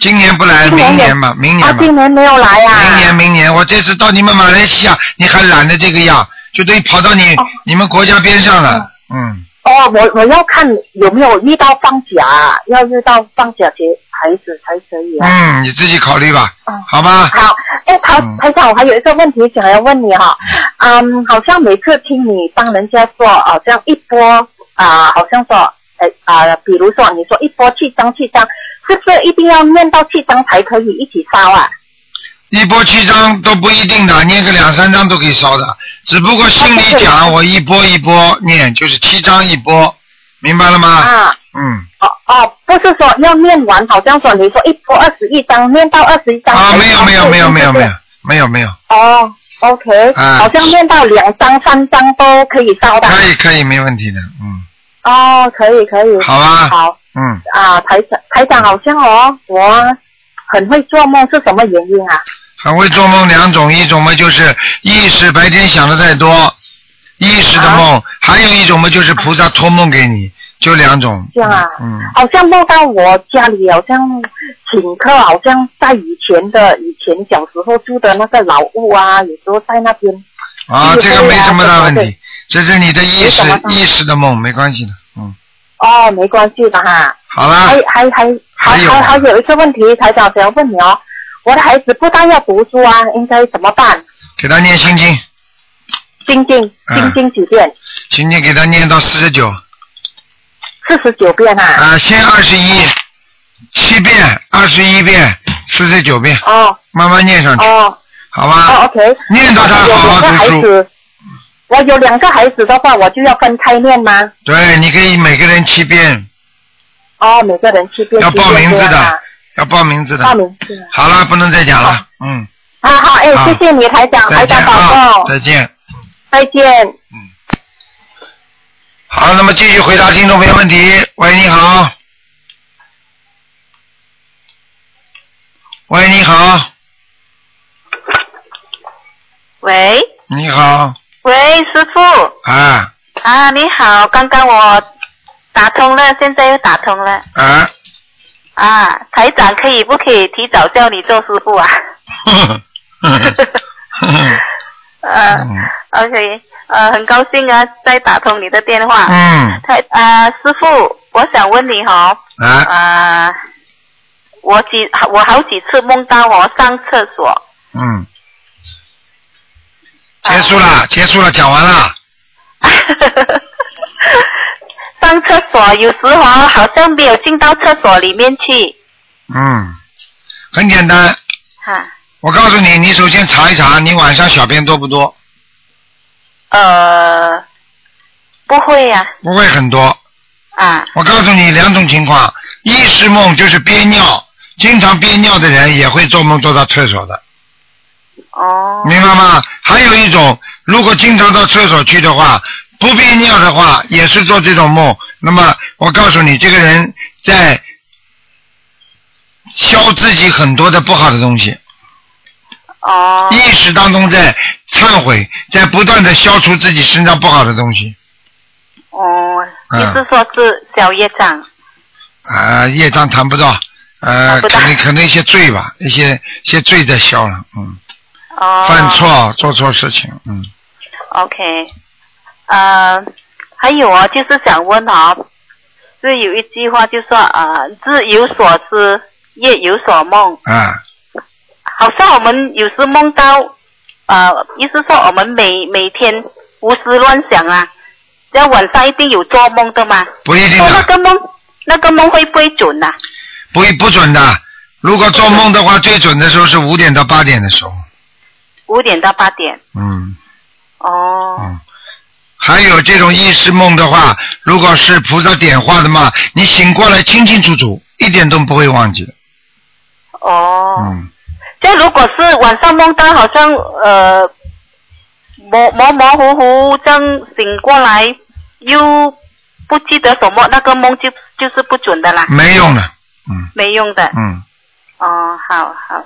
Speaker 1: 今年不来，
Speaker 7: 今年
Speaker 1: 明
Speaker 7: 也
Speaker 1: 年吧，明
Speaker 7: 他
Speaker 1: 年吧，
Speaker 7: 今年没有来啊。
Speaker 1: 明年明年，我这次到你们马来西亚，你还懒得这个样，就等于跑到你、
Speaker 7: 哦
Speaker 1: 你们国家边上了，嗯，
Speaker 7: 哦，我我要看有没有遇到放假，要遇到放假节孩子才可以啊。
Speaker 1: 嗯，你自己啊考虑吧，
Speaker 7: 哦
Speaker 1: 好吧？
Speaker 7: 好，哎，台
Speaker 1: 嗯
Speaker 7: 台长，我还有一个问题想要问你哈、嗯，好像每次听你帮人家说，好像一波啊、好像说，哎啊、比如说你说一波七张七张，是不是一定要念到七张才可以一起烧啊？
Speaker 1: 一波七张都不一定的，念个两三张都可以烧的，只不过心里
Speaker 7: 哦对
Speaker 1: 讲，我一波一波念，就是七张一波，明白了吗？
Speaker 7: 啊，
Speaker 1: 嗯，
Speaker 7: 哦哦，不是说要念完，好像说你说一波二十一张，念到二十一张
Speaker 1: 啊，
Speaker 7: 才
Speaker 1: 没有没有
Speaker 7: 是
Speaker 1: 没有没有
Speaker 7: 是不
Speaker 1: 没
Speaker 7: 是
Speaker 1: 有没有没有，
Speaker 7: 哦，OK，、
Speaker 1: 啊
Speaker 7: 好像念到两张、三张都可以烧的。
Speaker 1: 可以可以没问题的，嗯，
Speaker 7: 哦，可以可以。
Speaker 1: 好啊
Speaker 7: 好
Speaker 1: 嗯，
Speaker 7: 啊，台长台长好像哦，我很会做梦，是什么原因啊？
Speaker 1: 很会做梦两种，一种嘛就是意识白天想的太多，意识的
Speaker 7: 啊
Speaker 1: 梦，还有一种嘛就是菩萨托梦给你，就两种。
Speaker 7: 这样啊
Speaker 1: 嗯，嗯
Speaker 7: 好像梦到我家里好像请客，好像在以前的以前小时候住的那个老屋啊，有时候在那边。
Speaker 1: 啊，
Speaker 7: 这
Speaker 1: 这
Speaker 7: 个
Speaker 1: 个
Speaker 7: 对
Speaker 1: 没
Speaker 7: 呀
Speaker 1: 什么
Speaker 7: 这
Speaker 1: 大
Speaker 7: 个
Speaker 1: 问
Speaker 7: 对
Speaker 1: 题，这是你的意
Speaker 7: 没
Speaker 1: 识
Speaker 7: 什么大
Speaker 1: 意识的梦，没关系的，嗯，
Speaker 7: 哦，没关系的哈。
Speaker 1: 好啦
Speaker 7: 还，还还还
Speaker 1: 还有
Speaker 7: 还
Speaker 1: 啊
Speaker 7: 还有一个问题，台长想要问你哦，我的孩子不但要读书啊，应该怎么办？
Speaker 1: 给他念心经，
Speaker 7: 精进
Speaker 1: 嗯
Speaker 7: 精进几遍？
Speaker 1: 心经给他念到四十九，
Speaker 7: 四十九遍啊。
Speaker 1: 啊，先二十一，七遍，二十一遍，四十九遍，
Speaker 7: 哦
Speaker 1: 慢慢念上去，
Speaker 7: 哦
Speaker 1: 啊好
Speaker 7: 哦
Speaker 1: 吧？
Speaker 7: ，OK。
Speaker 1: 念到他
Speaker 7: 有
Speaker 1: 好好
Speaker 7: 两个孩
Speaker 1: 读书。
Speaker 7: 子，我有两个孩子的话，我就要分开念吗？
Speaker 1: 对，你可以每个人七遍，
Speaker 7: 哦，每个人去遍。
Speaker 1: 要报名字
Speaker 7: 七遍这样啊
Speaker 1: 的，要报名字的。
Speaker 7: 报名字啊。
Speaker 1: 好了，不能再讲了，嗯，
Speaker 7: 啊好，哎，
Speaker 1: 好
Speaker 7: 谢谢你台长，
Speaker 1: 再
Speaker 7: 台
Speaker 1: 见
Speaker 7: 长保
Speaker 1: 啊，
Speaker 7: 重，
Speaker 1: 再见。
Speaker 7: 再见。
Speaker 1: 好，那么继续回答听众朋友问题。喂，你好。喂，你好，
Speaker 6: 喂
Speaker 1: 你好，
Speaker 6: 喂，师傅
Speaker 1: 啊
Speaker 6: 啊，你好，刚刚我打通了，现在又打通了
Speaker 1: 啊，
Speaker 6: 啊，台长可以不可以提早叫你做师傅啊？
Speaker 1: 哼哼哼
Speaker 6: 呃，OK，呃，很高兴啊，再打通你的电话。
Speaker 1: 嗯，
Speaker 6: 台啊、师傅，我想问你哈、
Speaker 1: 啊
Speaker 6: 啊、我几我好几次梦到我上厕所，
Speaker 1: 嗯，结束
Speaker 6: 啊
Speaker 1: 了，结束了，讲完了。
Speaker 6: 上厕所有时候好像没有进到厕所里面去，
Speaker 1: 嗯，很简单，
Speaker 6: 哈、
Speaker 1: 我告诉你，你首先查一查你晚上小便多不多，
Speaker 6: 呃，不会啊呀、
Speaker 1: 不会很多。
Speaker 6: 啊，
Speaker 1: 我告诉你两种情况，一是梦就是憋尿，经常憋尿的人也会做梦做到厕所的，
Speaker 6: 哦，
Speaker 1: 明白吗？还有一种，如果经常到厕所去的话，不憋尿的话，也是做这种梦。那么我告诉你，这个人在消自己很多的不好的东西，
Speaker 6: 哦，
Speaker 1: 意识当中在忏悔，在不断的消除自己身上不好的东西
Speaker 6: 哦，
Speaker 1: 嗯
Speaker 6: 你是说是小业障？
Speaker 1: 啊、业障谈不到，呃，
Speaker 6: 谈不到
Speaker 1: 可能可能一些罪吧，一些一些罪在消了，嗯。
Speaker 6: 哦，
Speaker 1: 犯错、做错事情，嗯，
Speaker 6: OK，呃，还有啊，呃就是想问啊，是有一句话就说啊，日有所思，夜有所梦，
Speaker 1: 啊，
Speaker 6: 好像我们有时梦到，呃，意思说我们每每天胡思乱想啊，在晚上一定有做梦的嘛。
Speaker 1: 不一定
Speaker 6: 做那
Speaker 1: 的，
Speaker 6: 个梦，那个梦会不会准呐、啊
Speaker 1: 不一不准的。如果做梦的话，最准的时候是五点到八点的时候。
Speaker 6: 五点到八点。
Speaker 1: 嗯
Speaker 6: 哦，
Speaker 1: 嗯。还有这种意识梦的话，如果是菩萨点化的嘛，你醒过来清清楚楚，一点都不会忘记的。
Speaker 6: 哦。
Speaker 1: 嗯，
Speaker 6: 这如果是晚上梦到好像呃模模模糊糊这样醒过来，又不记得什么，那个梦就就是不准的啦，
Speaker 1: 没用的。嗯
Speaker 6: 没用的。
Speaker 1: 嗯
Speaker 6: 哦，好好。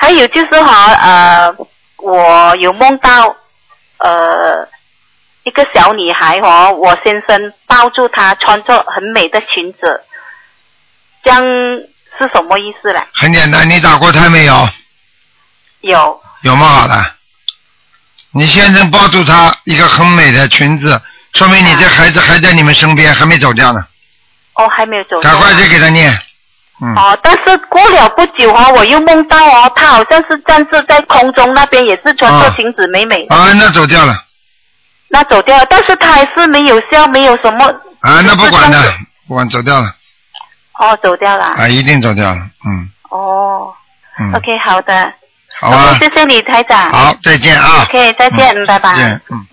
Speaker 6: 还有就是哈，呃，我有梦到呃一个小女孩哦，我先生抱住她，穿着很美的裙子，这样是什么意思嘞？
Speaker 1: 很简单，你打过胎没有？
Speaker 6: 有
Speaker 1: 有么好的？你先生抱住她一个很美的裙子，说明你这孩子还在你们身边，还没走掉呢。
Speaker 6: 哦，还没有走。
Speaker 1: 赶快去给他念。嗯。
Speaker 6: 哦，但是过了不久哦，我又梦到哦，她好像是站着在空中那边，也是穿着
Speaker 1: 啊
Speaker 6: 裙子美美，
Speaker 1: 啊，那走掉了
Speaker 6: 那走掉了，但是她还是没有笑，没有什么
Speaker 1: 啊，那不管
Speaker 6: 就
Speaker 1: 的
Speaker 6: 是，
Speaker 1: 不管走掉了
Speaker 6: 哦，走掉了。
Speaker 1: 啊，一定走掉了，嗯
Speaker 6: 哦
Speaker 1: 嗯，
Speaker 6: ，OK，好的。
Speaker 1: 好吧
Speaker 6: OK，，谢谢你，台长。
Speaker 1: 好，再见啊，
Speaker 6: OK，再见，嗯拜
Speaker 1: 再
Speaker 6: 拜。
Speaker 1: 见，嗯，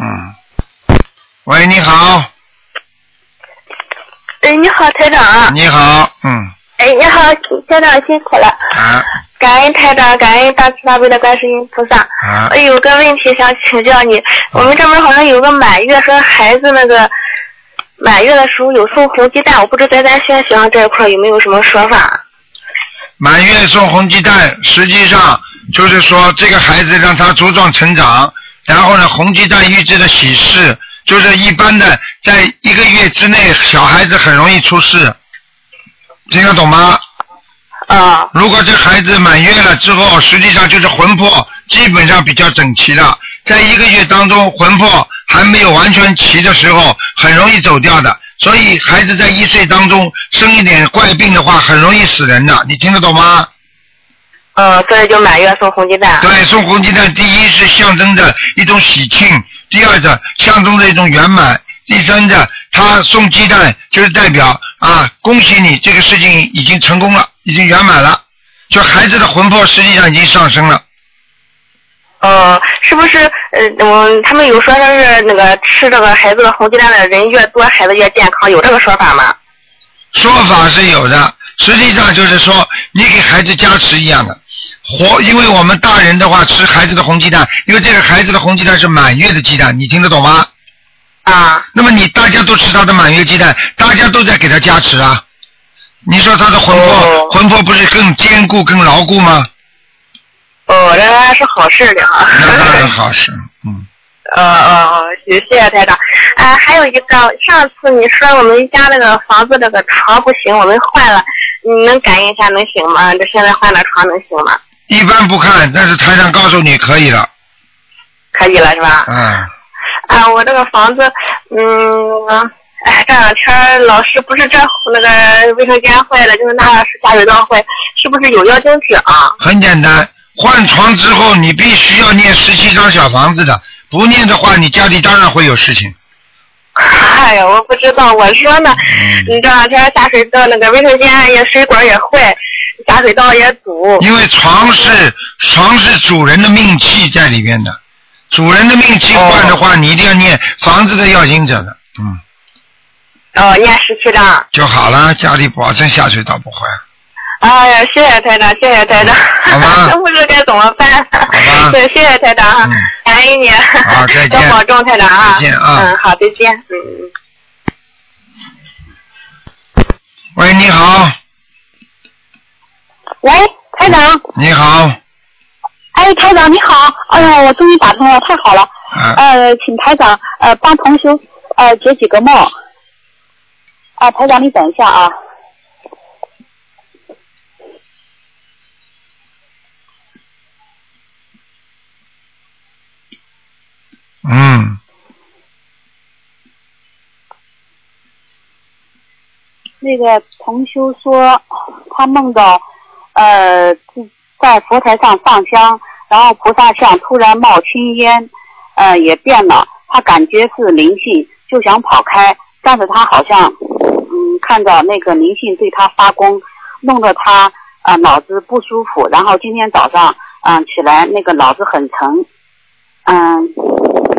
Speaker 1: 嗯，喂，你好，
Speaker 8: 哎，你好，台长啊！
Speaker 1: 你好，嗯，
Speaker 8: 哎，你好，台长辛苦了，
Speaker 1: 啊
Speaker 8: 感恩台长，感恩大慈大悲的观世音菩萨。
Speaker 1: 啊哦
Speaker 8: 我，有个问题想请教你，我们这边好像有个满月和孩子那个满月的时候有送红鸡蛋，我不知道在咱宣学上这一块有没有什么说法？
Speaker 1: 满月送红鸡蛋，实际上就是说这个孩子让他茁壮成长，然后呢，红鸡蛋预知的喜事，就是一般的在一个月之内，小孩子很容易出事，听得懂吗？
Speaker 8: 啊
Speaker 1: 如果这孩子满月了之后，实际上就是魂魄基本上比较整齐了，在一个月当中，魂魄还没有完全齐的时候，很容易走掉的。所以孩子在一岁当中生一点怪病的话，很容易死人的。你听得懂吗？
Speaker 8: 嗯，所以就满月送红鸡蛋。
Speaker 1: 对，送红鸡蛋，第一是象征着一种喜庆，第二者象征着一种圆满，第三者他送鸡蛋就是代表啊，恭喜你这个事情已经成功了，已经圆满了，就孩子的魂魄实际上已经上升了。
Speaker 8: 嗯，是不是？呃，我他们有说像是那个吃这个孩子的红鸡蛋的人越多，孩子越健康，有这个说法吗？
Speaker 1: 说法是有的，实际上就是说你给孩子加持一样的。活，因为我们大人的话吃孩子的红鸡蛋，因为这个孩子的红鸡蛋是满月的鸡蛋，你听得懂吗？
Speaker 8: 啊，
Speaker 1: 那么你大家都吃他的满月鸡蛋，大家都在给他加持啊。你说他的魂魄，
Speaker 8: 哦
Speaker 1: 魂魄不是更坚固、更牢固吗？
Speaker 8: 哦，那还是好事的啊。
Speaker 1: 那当然好事，嗯，
Speaker 8: 呃
Speaker 3: 哦
Speaker 8: 呃，谢谢台长。
Speaker 3: 哎
Speaker 8: 呃，还有一个，上次你说我们家那个房子那个床不行，我们换了，你能感应一下能行吗？这现在换了床能行吗？
Speaker 1: 一般不看，但是台上告诉你可以了，
Speaker 8: 可以了是吧？
Speaker 1: 嗯，
Speaker 8: 啊、我这个房子，嗯，哎，这两天老师不是这那个卫生间坏了，就是那是下水道坏，是不是有妖精纸啊？
Speaker 1: 很简单。换床之后，你必须要念十七张小房子的，不念的话，你家里当然会有事情。
Speaker 8: 哎呀，我不知道，我说呢，
Speaker 1: 嗯
Speaker 8: 你这两天下水道那个卫生间啊也水管也坏，下水道也堵。
Speaker 1: 因为床是床是主人的命气在里边的，主人的命气换的话，你一定要念房子的要经者的，嗯，
Speaker 8: 哦，念十七章。
Speaker 1: 就好了，家里保证下水道不坏。
Speaker 8: 哎呀，谢谢台长，谢谢台长。
Speaker 1: 好吧
Speaker 8: 真不知该怎么办。
Speaker 1: 吧
Speaker 8: 对，谢谢台长啊
Speaker 1: 嗯，
Speaker 8: 感恩你。
Speaker 1: 好啊再见
Speaker 8: 多保重，台长啊。
Speaker 1: 再见啊
Speaker 8: 嗯，好，再见。嗯嗯。
Speaker 1: 喂，你好，
Speaker 9: 喂，台长，
Speaker 1: 你好，
Speaker 9: 哎，台长你好，哎呀，我终于打通了，太好了。
Speaker 1: 啊，
Speaker 9: 呃，请台长呃帮同修呃解几个梦。啊、台长你等一下啊。
Speaker 1: 嗯，
Speaker 9: 这个同修说，他梦到呃自在佛台上放香，然后菩萨像突然冒青烟，呃也变了，他感觉是灵性，就想跑开，但是他好像嗯看到那个灵性对他发功，弄得他啊、呃脑子不舒服，然后今天早上嗯、呃起来那个脑子很疼，嗯，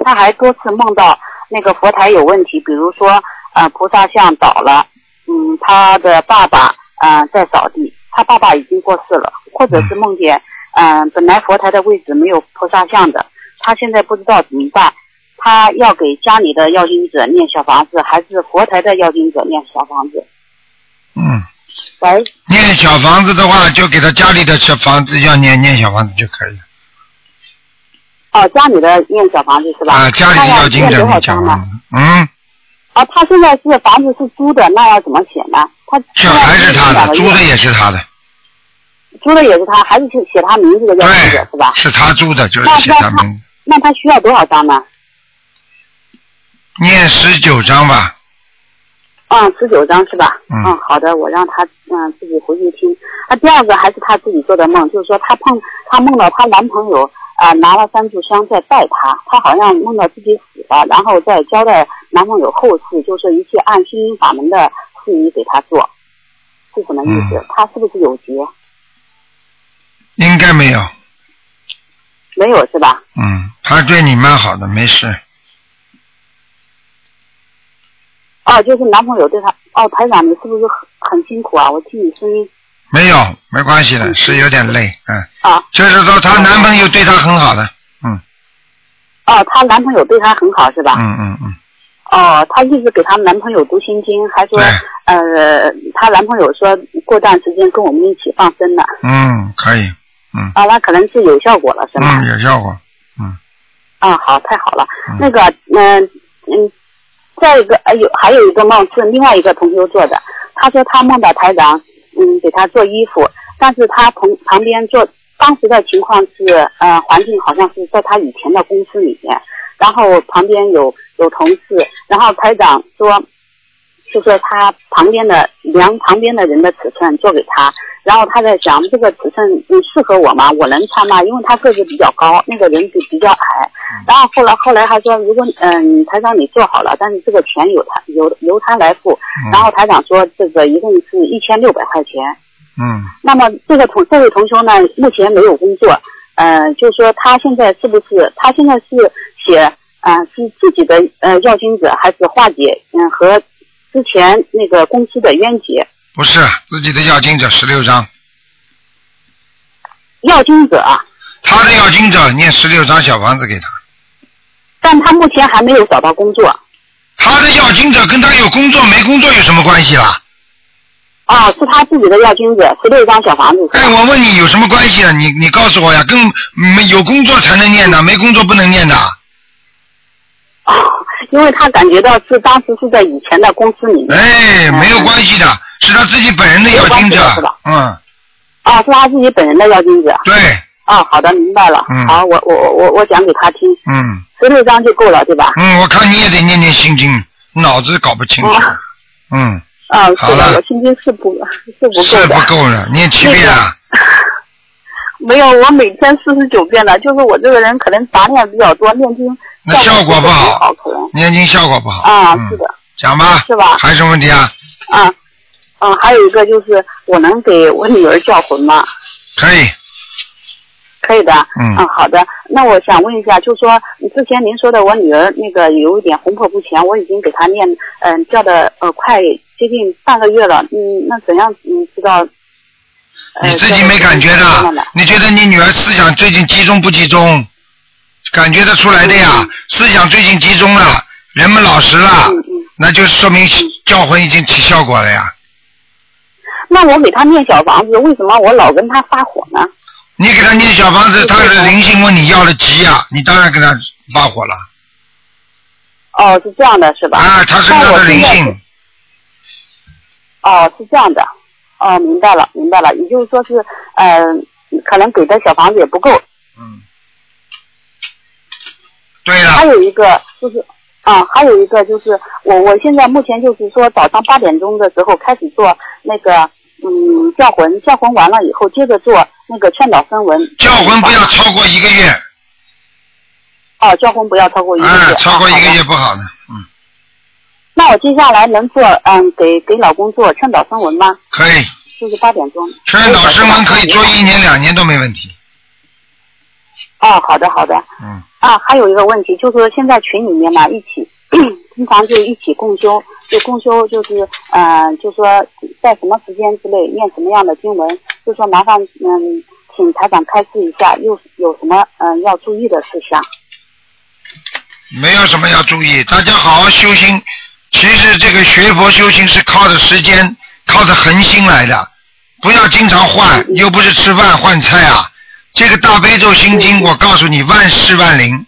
Speaker 9: 他还多次梦到那个佛台有问题，比如说，呃，菩萨像倒了，嗯，他的爸爸，嗯、在扫地，他爸爸已经过世了，或者是梦见，嗯、本来佛台的位置没有菩萨像的，他现在不知道怎么办，他要给家里的要经者念小房子，还是佛台的要经者念小房子？哎
Speaker 1: 嗯，
Speaker 9: 喂，
Speaker 1: 念小房子的话，就给他家里的小房子要念念小房子就可以了。
Speaker 9: 哦，家里的念小房子是吧？
Speaker 1: 啊，家里的要经者
Speaker 9: 那要念多少
Speaker 1: 念小
Speaker 9: 张
Speaker 1: 房
Speaker 9: 呢？
Speaker 1: 子，嗯，
Speaker 9: 啊，他现在是房子是租的，那要怎么写呢？他
Speaker 1: 小孩是他
Speaker 9: 现在
Speaker 1: 的，
Speaker 9: 已经
Speaker 1: 租
Speaker 9: 两个
Speaker 1: 的
Speaker 9: 月
Speaker 1: 也是他的，
Speaker 9: 租的也是他，还是去写他名字的要求者是吧？
Speaker 1: 是他租的，就是
Speaker 9: 啊那
Speaker 1: 写
Speaker 9: 那
Speaker 1: 他
Speaker 9: 他
Speaker 1: 名，
Speaker 9: 那他需要多少张呢？
Speaker 1: 念十九章吧，
Speaker 9: 嗯，十九张是吧？
Speaker 1: 嗯
Speaker 9: 好的，我让他嗯、自己回去听。啊，第二个还是他自己做的梦，就是说他碰他梦到她男朋友啊、呃拿了三炷香在拜她，她好像梦到自己死了，然后再交代男朋友后事，就是说一切按心灵法门的事宜给他做，是什么意思？他是不是有劫？
Speaker 1: 应该没有，
Speaker 9: 没有是吧？
Speaker 1: 嗯，他对你蛮好的，没事，
Speaker 9: 哦，就是男朋友对她哦，台长，你是不是很很辛苦啊？我听你声音
Speaker 1: 没有，没关系的，是有点累，嗯，
Speaker 9: 啊，
Speaker 1: 就是说她男朋友对她很好的，嗯
Speaker 9: 哦，她男朋友对她很好是吧？
Speaker 1: 嗯嗯嗯，
Speaker 9: 哦，她一直给她男朋友读心经，还说
Speaker 1: 对，
Speaker 9: 呃，她男朋友说过段时间跟我们一起放生呢。
Speaker 1: 嗯，可以，嗯
Speaker 9: 啊，那可能是有效果了，是吗？
Speaker 1: 嗯，有效果，
Speaker 9: 啊，好，太好了。那个，嗯、嗯，再一个，呃，有还有一个梦是另外一个同学做的，他说他梦到台长，嗯，给他做衣服，但是他同旁边做，当时的情况是，呃，环境好像是在他以前的公司里面，然后旁边有有同事，然后台长说，就说他旁边的量旁边的人的尺寸做给他，然后他在想这个尺寸嗯适合我吗？我能穿吗？因为他个子比较高，那个人比比较矮。然后后来后来他说，如果嗯台长你做好了，但是这个钱由他由由他来付。然后台长说这个一共是一千六百块钱。
Speaker 1: 嗯。
Speaker 9: 那么这个同这位同修呢，目前没有工作，呃，就说他现在是不是他现在是写呃是自己的呃要经者，还是化解嗯、和之前那个公司的冤结？
Speaker 1: 不是啊自己的要经者十六章，
Speaker 9: 要经者啊，
Speaker 1: 他的要经者念十六章小房子给他，
Speaker 9: 但他目前还没有找到工作。
Speaker 1: 他的要经者跟他有工作没工作有什么关系啦？
Speaker 9: 啊，是他自己的要经者，十六张小房子。
Speaker 1: 哎，我问你有什么关系啊？你你告诉我呀，跟没有工作才能念的，没工作不能念的。
Speaker 9: 因为他感觉到是当时是在以前的公司里面。
Speaker 1: 哎，没有关系的，是他自己本人的要经
Speaker 9: 没有关系的是吧
Speaker 1: 者。嗯，
Speaker 9: 啊，是他自己本人的要经者。
Speaker 1: 对，
Speaker 9: 啊，好的，明白了。
Speaker 1: 嗯
Speaker 9: 好，我我我我我讲给他听，
Speaker 1: 嗯
Speaker 9: 十六张就够了，对吧？
Speaker 1: 嗯，我看你也得念念心经，脑子搞不清楚。
Speaker 9: 啊
Speaker 1: 嗯，
Speaker 9: 啊，是
Speaker 1: 好
Speaker 9: 的，
Speaker 1: 了
Speaker 9: 我心经是不是不
Speaker 1: 是
Speaker 9: 够的
Speaker 1: 不。够了，念七遍啊。
Speaker 9: 没有，我每天四十九遍的，就是我这个人可能杂念比较多，念经
Speaker 1: 那效果不好
Speaker 9: 好，可能
Speaker 1: 念经效果不好。
Speaker 9: 啊，
Speaker 1: 嗯
Speaker 9: 是的。
Speaker 1: 讲吧。
Speaker 9: 是吧
Speaker 1: 还有什么问题啊？
Speaker 9: 啊，嗯，还有一个就是，我能给我女儿叫魂吗？
Speaker 1: 可以，
Speaker 9: 可以的。
Speaker 1: 嗯
Speaker 9: 好的。那我想问一下，就说之前您说的，我女儿那个有一点魂魄不全，我已经给她念，嗯、叫的呃快接近半个月了，嗯，那怎样嗯知道？呃
Speaker 1: 你自己没感觉
Speaker 9: 叫她
Speaker 1: 的
Speaker 9: 怎么样，
Speaker 1: 你觉得你女儿思想最近集中不集中？感觉得出来的呀，思想最近集中了，人们老实了，
Speaker 9: 嗯嗯。
Speaker 1: 那就说明教魂已经起效果了呀。
Speaker 9: 那我给她念小房子，为什么我老跟她发火呢？
Speaker 1: 你给他念小房
Speaker 9: 嗯
Speaker 1: 子，他的灵性问你要的急呀、你当然跟他发火了
Speaker 9: 哦，是这样的，是吧？
Speaker 1: 啊！他身上的灵性，
Speaker 9: 哦，是这样的。哦，明白了，明白了。也就是说是，呃，可能给的小房子也
Speaker 1: 嗯
Speaker 9: 不够。
Speaker 1: 对了
Speaker 9: 还，有一个就是啊，还有一个就是我我现在目前就是说早上八点钟的时候开始做那个嗯教魂，教魂完了以后接着做那个劝导声文。
Speaker 1: 教魂不要超过一个月，
Speaker 9: 哦，教魂不要超过一个月。
Speaker 1: 啊，超过一个
Speaker 9: 好的
Speaker 1: 月不好的。
Speaker 9: 那我接下来能做嗯给给老公做劝导声文吗？
Speaker 1: 可以，
Speaker 9: 就是八点钟。
Speaker 1: 劝导声纹可以做一年两年都没问题。
Speaker 9: 哦，好的好的。
Speaker 1: 嗯。
Speaker 9: 啊，还有一个问题就是说现在群里面嘛，一起 经常就一起共修，就共修就是呃，就说在什么时间之内念什么样的经文，就说麻烦嗯，请台长开示一下，又有什么嗯、要注意的事项？
Speaker 1: 没有什么要注意，大家好好修心。其实这个学佛修心是靠着时间，靠着恒心来的，不要经常换，又不是吃饭换菜啊。这个大悲咒心经，我告诉你，万事万灵。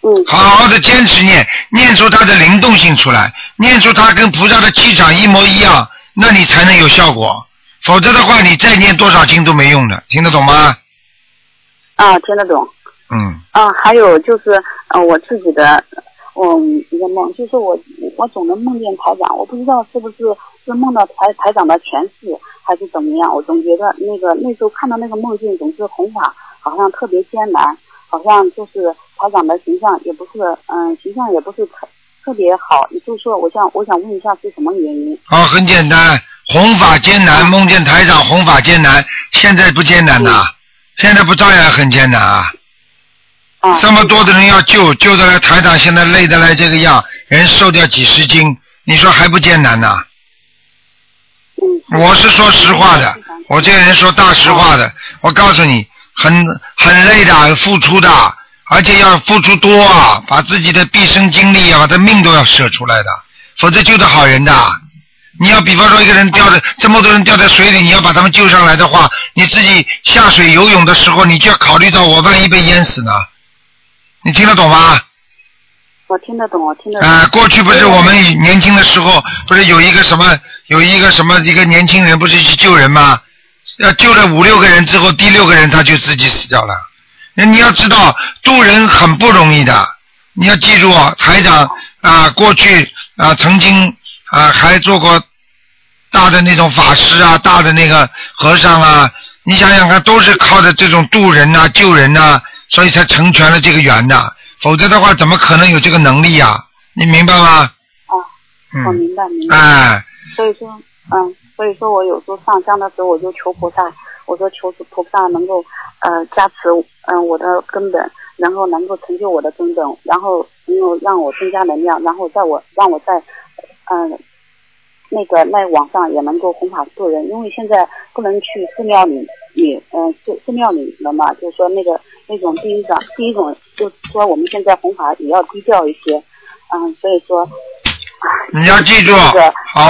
Speaker 9: 嗯。
Speaker 1: 好好的坚持念，念出它的灵动性出来，念出它跟菩萨的气场一模一样，那你才能有效果。否则的话，你再念多少经都没用的，听得懂吗？
Speaker 9: 啊，听得懂。
Speaker 1: 嗯。
Speaker 9: 啊，还有就是呃，我自己的嗯一个梦，就是我我总能梦见台长，我不知道是不是是梦到台台长的前世还是怎么样，我总觉得那个那时候看到那个梦境总是红法，好像特别艰难，好像就是台长的形象也不是嗯形象也不是特特别好，也就是说我想我想问一下是什么原因？
Speaker 1: 啊，很简单，弘法艰难，梦见台长弘法艰难，现在不艰难呐、现在不照样很艰难啊？这么多的人要救，救得来台长现在累得来这个样，人瘦掉几十斤，你说还不艰难呐、我是说实话的，我这个人说大实话的，我告诉你，很很累的，付出的，而且要付出多啊，把自己的毕生精力啊，把他命都要舍出来的，否则救得好人的。你要比方说一个人掉在这么多人掉在水里，你要把他们救上来的话，你自己下水游泳的时候，你就要考虑到我万一被淹死呢，你听得懂吗？
Speaker 9: 我听得懂，我听得懂。
Speaker 1: 啊、过去不是我们年轻的时候，不是有一个什么，有一个什么一个年轻人不是去救人吗？要救了五六个人之后，第六个人他就自己死掉了。那你要知道，渡人很不容易的。你要记住啊，台长啊、过去啊、曾经啊、还做过大的那种法师啊，大的那个和尚啊，你想想看，都是靠着这种渡人呐、救人呐、所以才成全了这个缘的。否则的话，怎么可能有这个能力呀、你明白吗？
Speaker 9: 我哦明白明白。
Speaker 1: 哎，
Speaker 9: 所以说，嗯，所以说我有时候上香的时候，我就求菩萨，我说求菩萨能够呃加持嗯、我的根本，然后能够成就我的根本，然后能够让我增加能量，然后在我让我在嗯、那个那网上也能够弘法度人，因为现在不能去寺庙里里嗯寺寺庙里了嘛，就是说那个那种第一种第一种就是说我们现在弘法也要低调一些，嗯，所以说
Speaker 1: 你要记住，好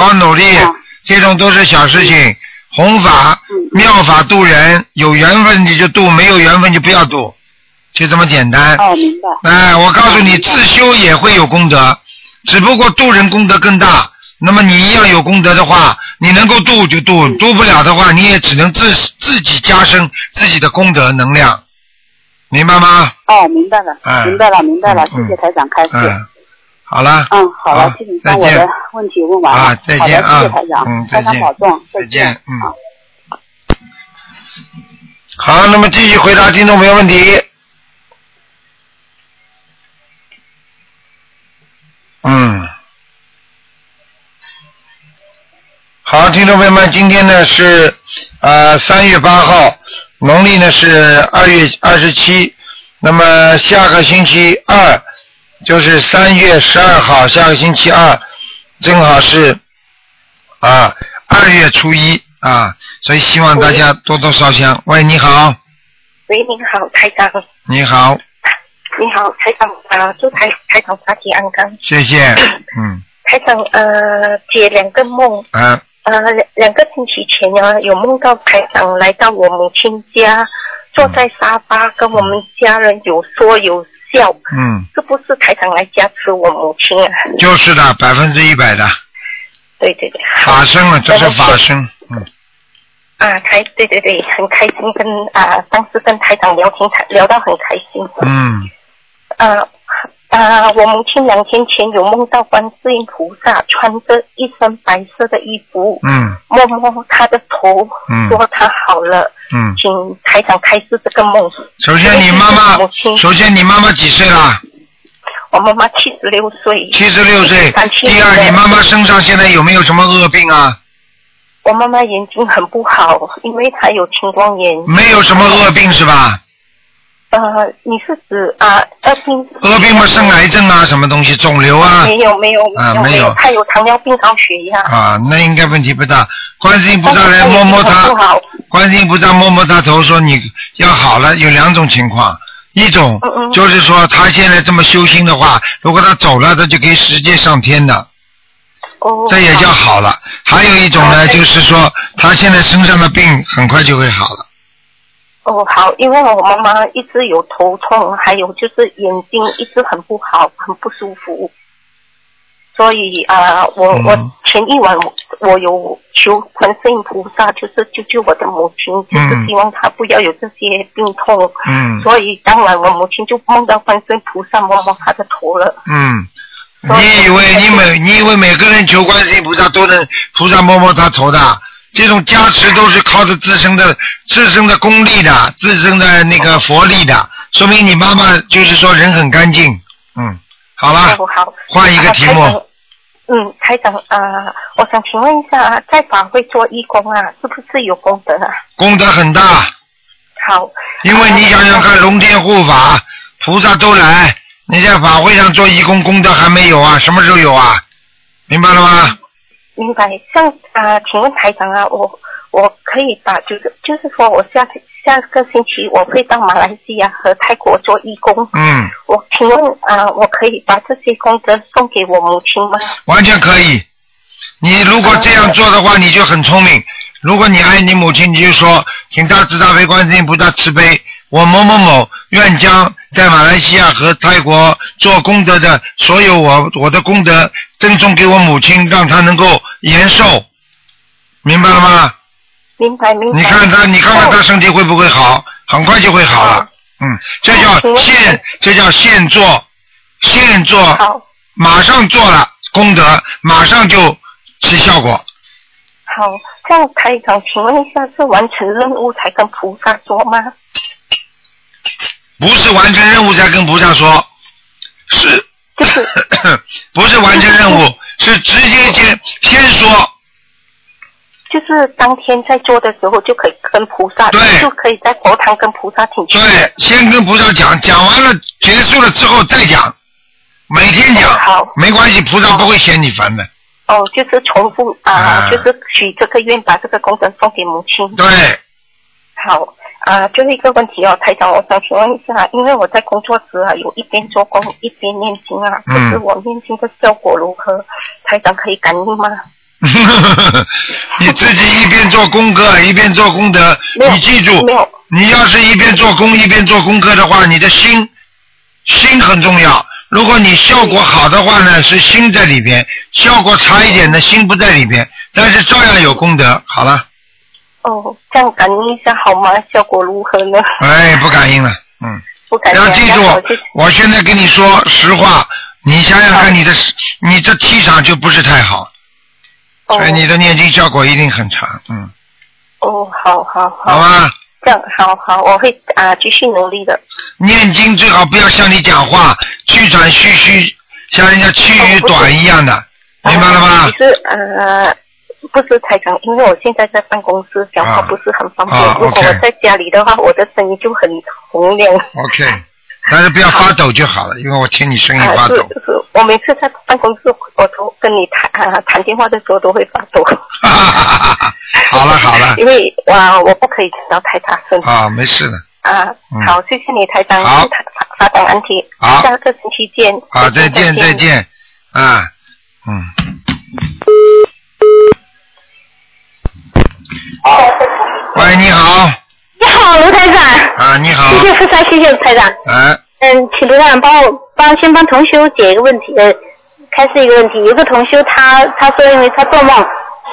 Speaker 1: 好努力，
Speaker 9: 嗯
Speaker 1: 这种都是小事情。弘法、妙法渡人，有缘分你就渡，没有缘分就不要渡，就这么简单。
Speaker 9: 哦，明白。
Speaker 1: 哎，我告诉你，自修也会有功德，只不过渡人功德更大。那么你一样有功德的话，你能够渡就渡，
Speaker 9: 嗯
Speaker 1: 渡不了的话，你也只能自自己加深自己的功德能量，明白吗？
Speaker 9: 哦，明白了，
Speaker 1: 哎
Speaker 9: 明白了，明白了，
Speaker 1: 嗯
Speaker 9: 谢谢台长开示。
Speaker 1: 嗯，好了。
Speaker 9: 嗯，好了，基本上我
Speaker 1: 再见
Speaker 9: 的问题问完了。
Speaker 1: 啊再见
Speaker 9: 好
Speaker 1: 啊
Speaker 9: 的，谢谢台长，
Speaker 1: 嗯
Speaker 9: 台
Speaker 1: 再
Speaker 9: 长
Speaker 1: 见
Speaker 9: 保重，再啊
Speaker 1: 再见，嗯。好，那么继续回答听众朋友问题。嗯，好，听众朋友们，今天呢是呃三月八号，农历呢是二月二十七，那么下个星期二就是三月十二号，下个星期二正好是啊二月初一啊，所以希望大家多多烧香。喂，你好，
Speaker 10: 喂，您好，台长，
Speaker 1: 你好，
Speaker 10: 你好，台长啊，祝台台长身体安康。
Speaker 1: 谢谢，嗯
Speaker 10: 台长呃，解两个梦，
Speaker 1: 啊
Speaker 10: 呃，两两个星期前呢，有梦到台长来到我母亲家，坐在沙发跟我们家人有说有笑，
Speaker 1: 嗯，
Speaker 10: 是不是台长来加持我母亲啊？
Speaker 1: 就是的，百分之一百的
Speaker 10: 对对对，
Speaker 1: 法身了，这是法身，嗯，
Speaker 10: 啊，台对对对，很开心跟啊、当时跟台长聊天，聊到很开心。
Speaker 1: 嗯，
Speaker 10: 呃，啊、我母亲两天前有梦到观世音菩萨穿着一身白色的衣服，
Speaker 1: 嗯
Speaker 10: 摸摸她的头，
Speaker 1: 嗯
Speaker 10: 说她好了，
Speaker 1: 嗯。
Speaker 10: 请台长开示这个梦。
Speaker 1: 首先你妈妈，首先你妈妈几岁了？
Speaker 10: 我妈妈七十六岁，
Speaker 1: 七十六岁
Speaker 10: 感。情
Speaker 1: 第二，你妈妈身上现在有没有什么恶病啊？
Speaker 10: 我妈妈眼睛很不好，因为她有青光眼。
Speaker 1: 没有什么恶病是吧？
Speaker 10: 呃，你是指啊恶病？
Speaker 1: 恶病嘛，生癌症啊，什么东西，肿瘤啊？
Speaker 10: 没有没有
Speaker 1: 啊没
Speaker 10: 没
Speaker 1: 有
Speaker 10: 她有糖尿病、高血压。
Speaker 1: 啊，那应该问题不大。观世音菩萨来
Speaker 10: 但是
Speaker 1: 摸摸
Speaker 10: 她
Speaker 1: 他
Speaker 10: 眼睛很不好，
Speaker 1: 观世音菩萨摸摸他头说你要好了，有两种情况，一种
Speaker 10: 嗯嗯
Speaker 1: 就是说他现在这么修心的话，如果他走了，他就可以直接上天的，
Speaker 10: 哦，
Speaker 1: 这也叫好了。还有一种呢，就是说他现在身上的病很快就会好了。
Speaker 10: 哦，好，因为我妈妈一直有头痛，还有就是眼睛一直很不好，很不舒服。所以啊、呃我、
Speaker 1: 嗯
Speaker 10: 我前一晚我有求观世音菩萨，就是救救我的母亲，就是
Speaker 1: 嗯
Speaker 10: 希望她不要有这些病痛。
Speaker 1: 嗯
Speaker 10: 所以当晚我母亲就梦到观世音菩萨摸摸她的头了。
Speaker 1: 嗯，你以为你每
Speaker 10: 嗯
Speaker 1: 你以为每个人求观世音菩萨都能菩萨摸摸他头的？这种加持都是靠着自身的自身的功力的，自身的那
Speaker 10: 哦
Speaker 1: 个佛力的，说明你妈妈就是说人很干净。嗯，好了
Speaker 10: 哦，好，
Speaker 1: 换一个题目
Speaker 10: 啊台长嗯，台长啊、呃我想请问一下啊，在法会做义工啊，是不是有功德啊？
Speaker 1: 功德很大，
Speaker 10: 好，
Speaker 1: 因为你想想看，龙天护法，菩萨都来，你在法会上做义工，功德还没有啊？什么时候有啊？明白了吗？
Speaker 10: 明白。像啊、呃请问台长啊，我我可以把就是就是说我下下个星期我会到马来西亚和泰国做义工。
Speaker 1: 嗯，
Speaker 10: 我请问啊、呃我可以把这些功德送给我母亲吗？
Speaker 1: 完全可以。你如果这样做的话，你就很聪明。如果你爱你母亲，你就说，请大慈大悲观世音菩萨慈悲，我某某某愿将在马来西亚和泰国做功德的所有我我的功德赠送给我母亲，让她能够延寿，明白了吗？
Speaker 10: 明白明白。
Speaker 1: 你看她，你看看她身体会不会好？很快就会好了。嗯，这叫现，这叫现做，现做，马上做了功德，马上就起效果。
Speaker 10: 好，这样台长，请问一下，是完成任务才跟菩萨说吗？
Speaker 1: 不是完成任务才跟菩萨说，是， 不是完成任务，是直接先先说，
Speaker 10: 就是当天在做的时候就可以跟菩萨，就可以在佛堂跟菩萨请求。
Speaker 1: 对，先跟菩萨讲，讲完了结束了之后再讲，每天讲，没关系，菩萨不会嫌你烦的。
Speaker 10: 哦，就是重复啊、
Speaker 1: 啊
Speaker 10: 就是许这个愿，把这个功德送给母亲。
Speaker 1: 对。
Speaker 10: 好啊、最后一个问题哦，台长，我想请问一下，因为我在工作时啊，有一边做工一边念经啊，可
Speaker 1: 嗯
Speaker 10: 是我念经的效果如何？台长可以感应吗？
Speaker 1: 你自己一边做功课一边做功德，你记住，你要是一边做功一边做功课的话，你的心心很重要。如果你效果好的话呢，是心在里边；效果差一点
Speaker 10: 嗯
Speaker 1: 呢，心不在里边，但是照样有功德。好了，
Speaker 10: 哦，这样感应一下好吗？效果如何呢？
Speaker 1: 哎，不感应了，嗯。
Speaker 10: 不感应啊。
Speaker 1: 要记
Speaker 10: 那我
Speaker 1: 住，我现在跟你说实话，你想想看，你的
Speaker 10: 嗯
Speaker 1: 你这气场就不是太好，所以你的念经效果一定很差，嗯，
Speaker 10: 哦，好好好，
Speaker 1: 好吧。
Speaker 10: 这样好好，我会啊、继续努力的。
Speaker 1: 念经最好不要像你讲话，气喘吁吁，像人家气语短一样的，明白了吗？
Speaker 10: 啊其实呃，不是台长，因为我现在在办公室讲话
Speaker 1: 啊
Speaker 10: 不是很方便。
Speaker 1: 啊
Speaker 10: 如果
Speaker 1: OK
Speaker 10: 我在家里的话，我的声音就很洪亮。
Speaker 1: OK，但是不要发抖就好了，因为我听你声音
Speaker 10: 啊，
Speaker 1: 发
Speaker 10: 是
Speaker 1: 抖。
Speaker 10: 是，我每次在办公室，我都跟你谈啊谈电话的时候都会发抖。
Speaker 1: 啊好了好了，
Speaker 10: 因为哇，我不可以讲到太大声。
Speaker 1: 啊，没事的，
Speaker 10: 啊，
Speaker 1: 嗯
Speaker 10: 好，谢谢你台长，
Speaker 1: 好
Speaker 10: 台发展安提，
Speaker 1: 好
Speaker 10: 下个星期见。
Speaker 1: 啊，再见再见，啊，嗯。喂，你好，
Speaker 11: 你好，卢台长，
Speaker 1: 啊，你好，
Speaker 11: 谢谢菩萨，谢谢台长。
Speaker 1: 哎，
Speaker 11: 嗯，请卢台长帮我帮先帮同修解一个问题，呃，开示一个问题。有一个同修他他说，因为他做梦，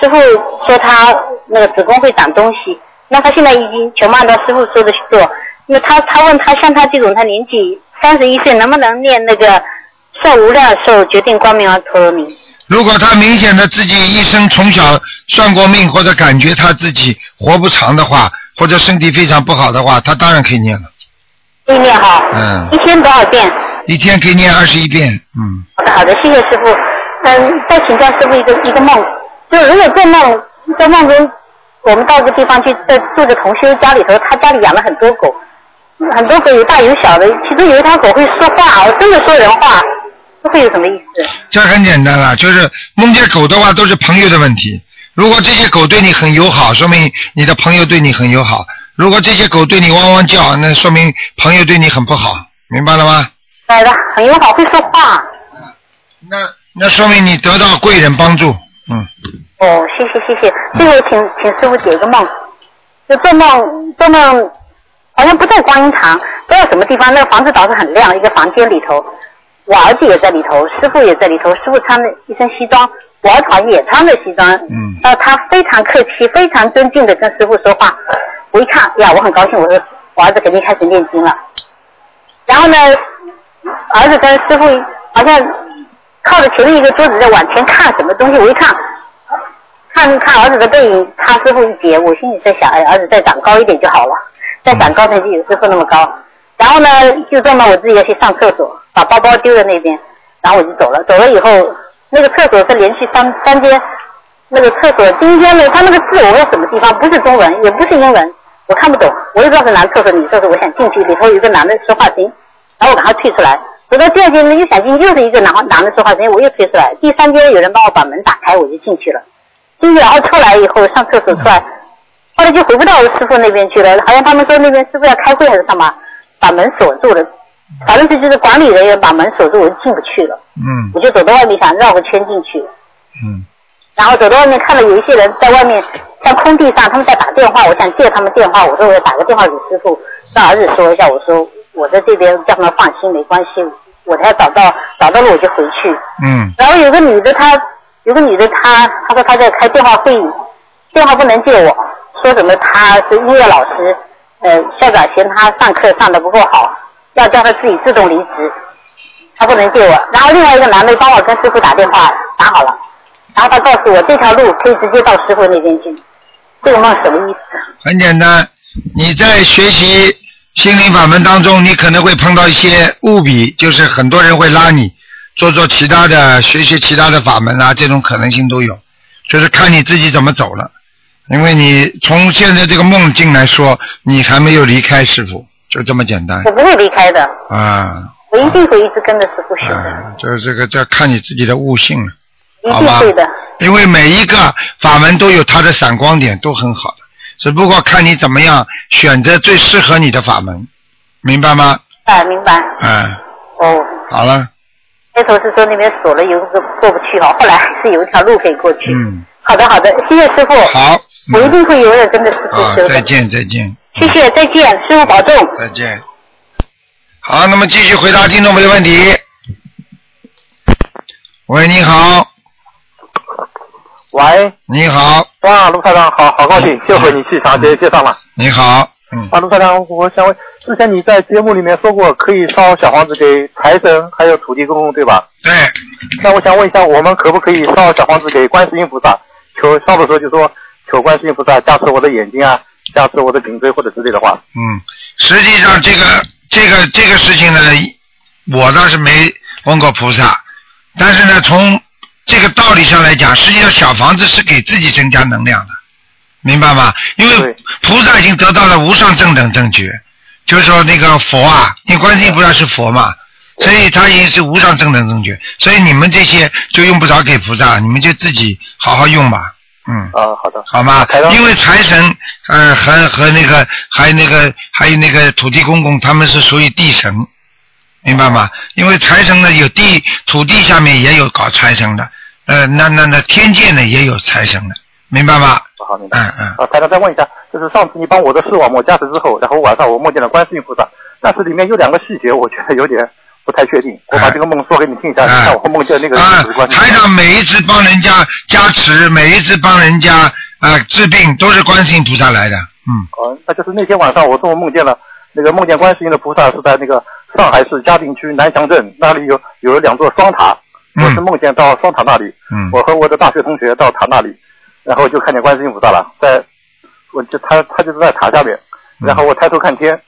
Speaker 11: 师傅说他那个子宫会长东西，那他现在已经全部按照师傅说的去做。那么他他问他像他这种他年纪三十一岁能不能念那个受无量寿决定光明而陀罗尼。
Speaker 1: 如果他明显的自己一生从小算过命，或者感觉他自己活不长的话，或者身体非常不好的话，他当然可以念了。
Speaker 11: 意念哈，
Speaker 1: 嗯，
Speaker 11: 一天多少遍？
Speaker 1: 一天可以念二十一遍。嗯，
Speaker 11: 好的，好的，谢谢师傅。嗯，再请教师傅一个一个梦，就如果做梦，在梦中我们到一个地方去，在住着同修家里头，他家里养了很多狗，很多狗有大有小的，其中有一条狗会说话，哦，真的说人话，这会有什么意思？
Speaker 1: 这很简单了，就是梦见狗的话都是朋友的问题。如果这些狗对你很友好，说明你的朋友对你很友好；如果这些狗对你汪汪叫，那说明朋友对你很不好，明白了吗？
Speaker 11: 来的很友好，会说话。
Speaker 1: 那那说明你得到贵人帮助。
Speaker 11: 哦，谢谢谢谢，最后请请师傅解一个梦，就做梦做梦，好像不在观音堂，不知道什么地方，那个房子倒是很亮，一个房间里头，我儿子也在里头，师傅也在里头，师傅穿的一身西装，我儿子好像也穿着西装，
Speaker 1: 嗯，
Speaker 11: 呃，他非常客气，非常尊敬的跟师傅说话，我一看，呀，我很高兴，我说我儿子肯定开始念经了，然后呢，儿子跟师傅好像靠着前面一个桌子在往前看什么东西，我一看。看看儿子的背影，差师傅一截，我心里在想，哎，儿子再长高一点就好了，再长高才就有师傅那么高。然后呢，就这么我自己要去上厕所，把包包丢在那边，然后我就走了。走了以后，那个厕所是连续三三间，那个厕所第一间呢，它那个字我不知道什么地方，不是中文，也不是英文，我看不懂，我也不知道是男厕所女厕所，我想进去，里头有一个男的说话声音，然后我赶快退出来。走到第二间呢，又想进，又是一个男男的说话声音，我又退出来。第三间有人帮我把门打开，我就进去了。进去然后出来以后上厕所出来，后来就回不到师傅那边去了，好像他们说那边师傅要开会还是干嘛，把门锁住了，反正就是管理人员把门锁住，我就进不去了，
Speaker 1: 嗯
Speaker 11: 我就走到外面想绕个圈进去，
Speaker 1: 嗯，
Speaker 11: 然后走到外面看到有一些人在外面像空地上，他们在打电话，我想借他们电话，我说我要打个电话给师傅，让儿子说一下，我说我在这边叫他们放心，没关系，我才找到找到了我就回去，
Speaker 1: 嗯
Speaker 11: 然后有个女的她，有个女的她，她说她在开电话会议，电话不能借我，说什么她是音乐老师，呃，校长嫌她上课上的不够好，要叫她自己自动离职，她不能借我。然后另外一个男的帮我跟师傅打电话打好了，然后他告诉我这条路可以直接到师傅那边去，这个梦什么意思？
Speaker 1: 很简单，你在学习心灵法门当中，你可能会碰到一些误比，就是很多人会拉你做做其他的，学学其他的法门啊，这种可能性都有，就是看你自己怎么走了。因为你从现在这个梦境来说，你还没有离开师傅，就这么简单
Speaker 11: 我不会离开的，
Speaker 1: 啊。
Speaker 11: 我一定会一直跟着师傅学的，
Speaker 1: 就是这个，这要看你自己的悟性了。
Speaker 11: 一
Speaker 1: 好
Speaker 11: 定
Speaker 1: 吧
Speaker 11: 会嗯的。
Speaker 1: 因为每一个法门都有它的闪光点，都很好的，只不过看你怎么样选择最适合你的法门，明白吗？
Speaker 11: 哎，明白？
Speaker 1: 嗯，
Speaker 11: 哦，
Speaker 1: 好了，
Speaker 11: 开头是说那边锁了，有个过不去哈，后来还是有一条路可以过去。
Speaker 1: 嗯，
Speaker 11: 好的，好的，谢谢师傅。
Speaker 1: 好，
Speaker 11: 我一定会永远跟着师傅
Speaker 1: 啊，
Speaker 11: 修的。
Speaker 1: 再见，再见，嗯
Speaker 11: 谢谢，再见，师傅保重。
Speaker 1: 再见。好，那么继续回答听众朋友问题。喂，你好，
Speaker 12: 喂，
Speaker 1: 你好，哎嗯
Speaker 12: 哇，卢台长，好好高兴，这回你气场接接上了。
Speaker 1: 你好，
Speaker 12: 啊，卢台长，我想问，之前你在节目里面说过可以烧小房子给财神还有土地公公，对吧？
Speaker 1: 对。
Speaker 12: 那我想问一下，我们可不可以烧小房子给观世音菩萨？求烧的时候就说求观世音菩萨加持我的眼睛啊，加持我的颈椎或者之类的话。
Speaker 1: 嗯，实际上这个这个这个事情呢，我倒是没问过菩萨，但是呢，从这个道理上来讲，实际上小房子是给自己增加能量的，明白吗？因为菩萨已经得到了无上正等正觉，就是说那个佛啊，因为观世音菩萨是佛嘛，所以他已经是无上正等正觉，所以你们这些就用不着给菩萨，你们就自己好好用吧。嗯，
Speaker 12: 啊，好的，
Speaker 1: 好吗？因为财神，呃，和和那个，还有那个，还有那个土地公公，他们是属于地神，明白吗？因为财神呢有地土地下面也有搞财神的，呃，那那那天界呢也有财神的，明白吗？
Speaker 12: 好，明白。
Speaker 1: 嗯嗯。
Speaker 12: 啊，台长再问一下，就是上次你帮我的视网膜加持之后，然后晚上我梦见了观世音菩萨，但是里面有两个细节，我觉得有点不太确定。我把这个梦说给你听一
Speaker 1: 哎
Speaker 12: 下，你看我梦见那个就是观世音
Speaker 1: 台长每一次帮人家加持，每一次帮人家呃治病，都是观世音菩萨来的。嗯，
Speaker 12: 哦，那就是那天晚上我做梦梦见了那个梦见观世音的菩萨是在那个上海市嘉定区南翔镇那里有有两座双塔，我是梦见到双塔那里，
Speaker 1: 嗯
Speaker 12: 我和我的大学同学到塔那里，然后就看见观世音菩萨了，在我就他他就是在塔下面，
Speaker 1: 嗯
Speaker 12: 然后我抬头看天，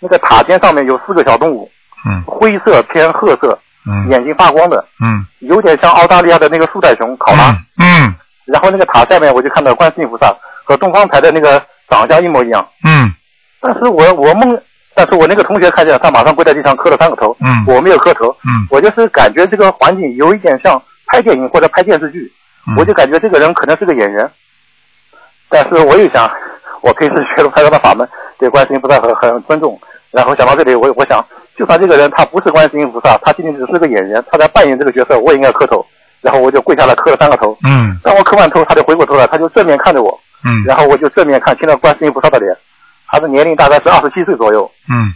Speaker 12: 那个塔尖上面有四个小动物，
Speaker 1: 嗯
Speaker 12: 灰色偏褐色，
Speaker 1: 嗯
Speaker 12: 眼睛发光的，
Speaker 1: 嗯
Speaker 12: 有点像澳大利亚的那个树袋熊考拉。
Speaker 1: 嗯
Speaker 12: 然后那个塔下面我就看到观世音菩萨和东方台的那个长相一模一样，
Speaker 1: 嗯
Speaker 12: 但是我我梦，但是我那个同学看见了他马上跪在地上磕了三个头，
Speaker 1: 嗯
Speaker 12: 我没有磕头，
Speaker 1: 嗯
Speaker 12: 我就是感觉这个环境有一点像拍电影或者拍电视剧，
Speaker 1: 嗯
Speaker 12: 我就感觉这个人可能是个演员，但是我又想，我平时学了太多的法门，对观世音菩萨很很尊重，然后想到这里，我我想，就算这个人他不是观世音菩萨，他仅仅只是个演员，他在扮演这个角色，我也应该磕头，然后我就跪下来磕了三个头，
Speaker 1: 嗯
Speaker 12: 当我磕完头，他就回过头来，他就正面看着我，
Speaker 1: 嗯
Speaker 12: 然后我就正面看清了观世音菩萨的脸，他的年龄大概是二十七岁左右，
Speaker 1: 嗯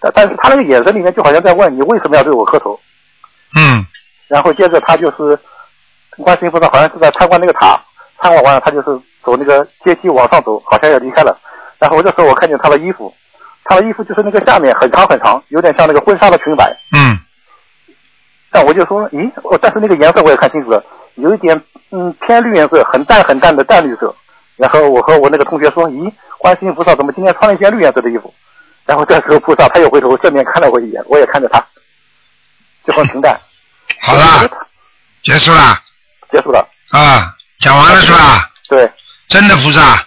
Speaker 12: 但但是他那个眼神里面就好像在问你为什么要对我磕头，
Speaker 1: 嗯
Speaker 12: 然后接着他就是观世音菩萨好像是在参观那个塔，参观完了他就是走那个阶梯往上走，好像要离开了，然后我这时候我看见他的衣服，他的衣服就是那个下面很长很长，有点像那个婚纱的裙摆，
Speaker 1: 嗯
Speaker 12: 但我就说咦，哦但是那个颜色我也看清楚了，有一点嗯偏绿颜色，很淡很淡的淡绿色。然后我和我那个同学说，咦，观世音菩萨怎么今天穿了一件绿颜色的衣服？然后这时候菩萨他又回头正面看了我一眼，我也看着他，就很平淡。
Speaker 1: 好了，结束了
Speaker 12: 嗯结束了。
Speaker 1: 啊，讲完了是吧？
Speaker 12: 对。
Speaker 1: 真的菩萨，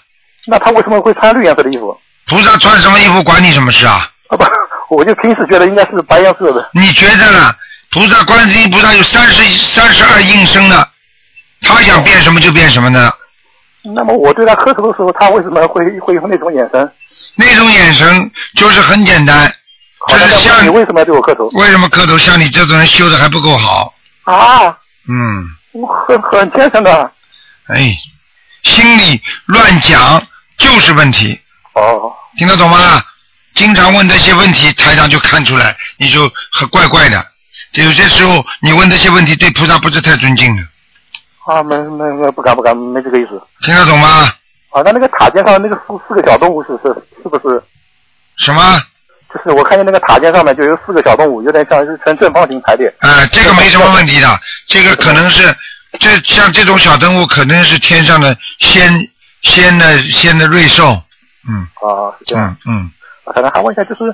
Speaker 12: 那他为什么会穿绿颜色的衣服？
Speaker 1: 菩萨穿什么衣服管你什么事啊？
Speaker 12: 啊不，我就平时觉得应该是白颜色的。
Speaker 1: 你觉得呢？菩萨观世音菩萨有三十三十二应身的，他想变什么就变什么的。
Speaker 12: 那么我对他磕头的时候，他为什么会会用那种眼神？
Speaker 1: 那种眼神就是很简单，
Speaker 12: 好
Speaker 1: 就
Speaker 12: 的
Speaker 1: 是
Speaker 12: 那
Speaker 1: 像
Speaker 12: 你为什么要对我磕头？
Speaker 1: 为什么磕头？像你这种人修的还不够好，
Speaker 12: 啊，
Speaker 1: 嗯，
Speaker 12: 我很很虔诚的。
Speaker 1: 哎，心里乱讲就是问题。
Speaker 12: 哦，
Speaker 1: 听得懂吗？经常问这些问题，台长就看出来，你就很怪怪的。有些时候你问这些问题，对菩萨不是太尊敬的，
Speaker 12: 啊，没没没，不敢不敢，没这个意思。
Speaker 1: 听得懂吗？
Speaker 12: 啊，那那个塔尖上那个四四个小动物是是是不是？
Speaker 1: 什么？
Speaker 12: 就是我看见那个塔尖上面就有四个小动物，有点像是呈正方形排列。
Speaker 1: 啊，这个没什么问题的，这个可能是这像这种小动物，可能是天上的仙仙的仙的瑞兽，嗯
Speaker 12: 啊，是这样。
Speaker 1: 嗯
Speaker 12: 可能还问一下，就是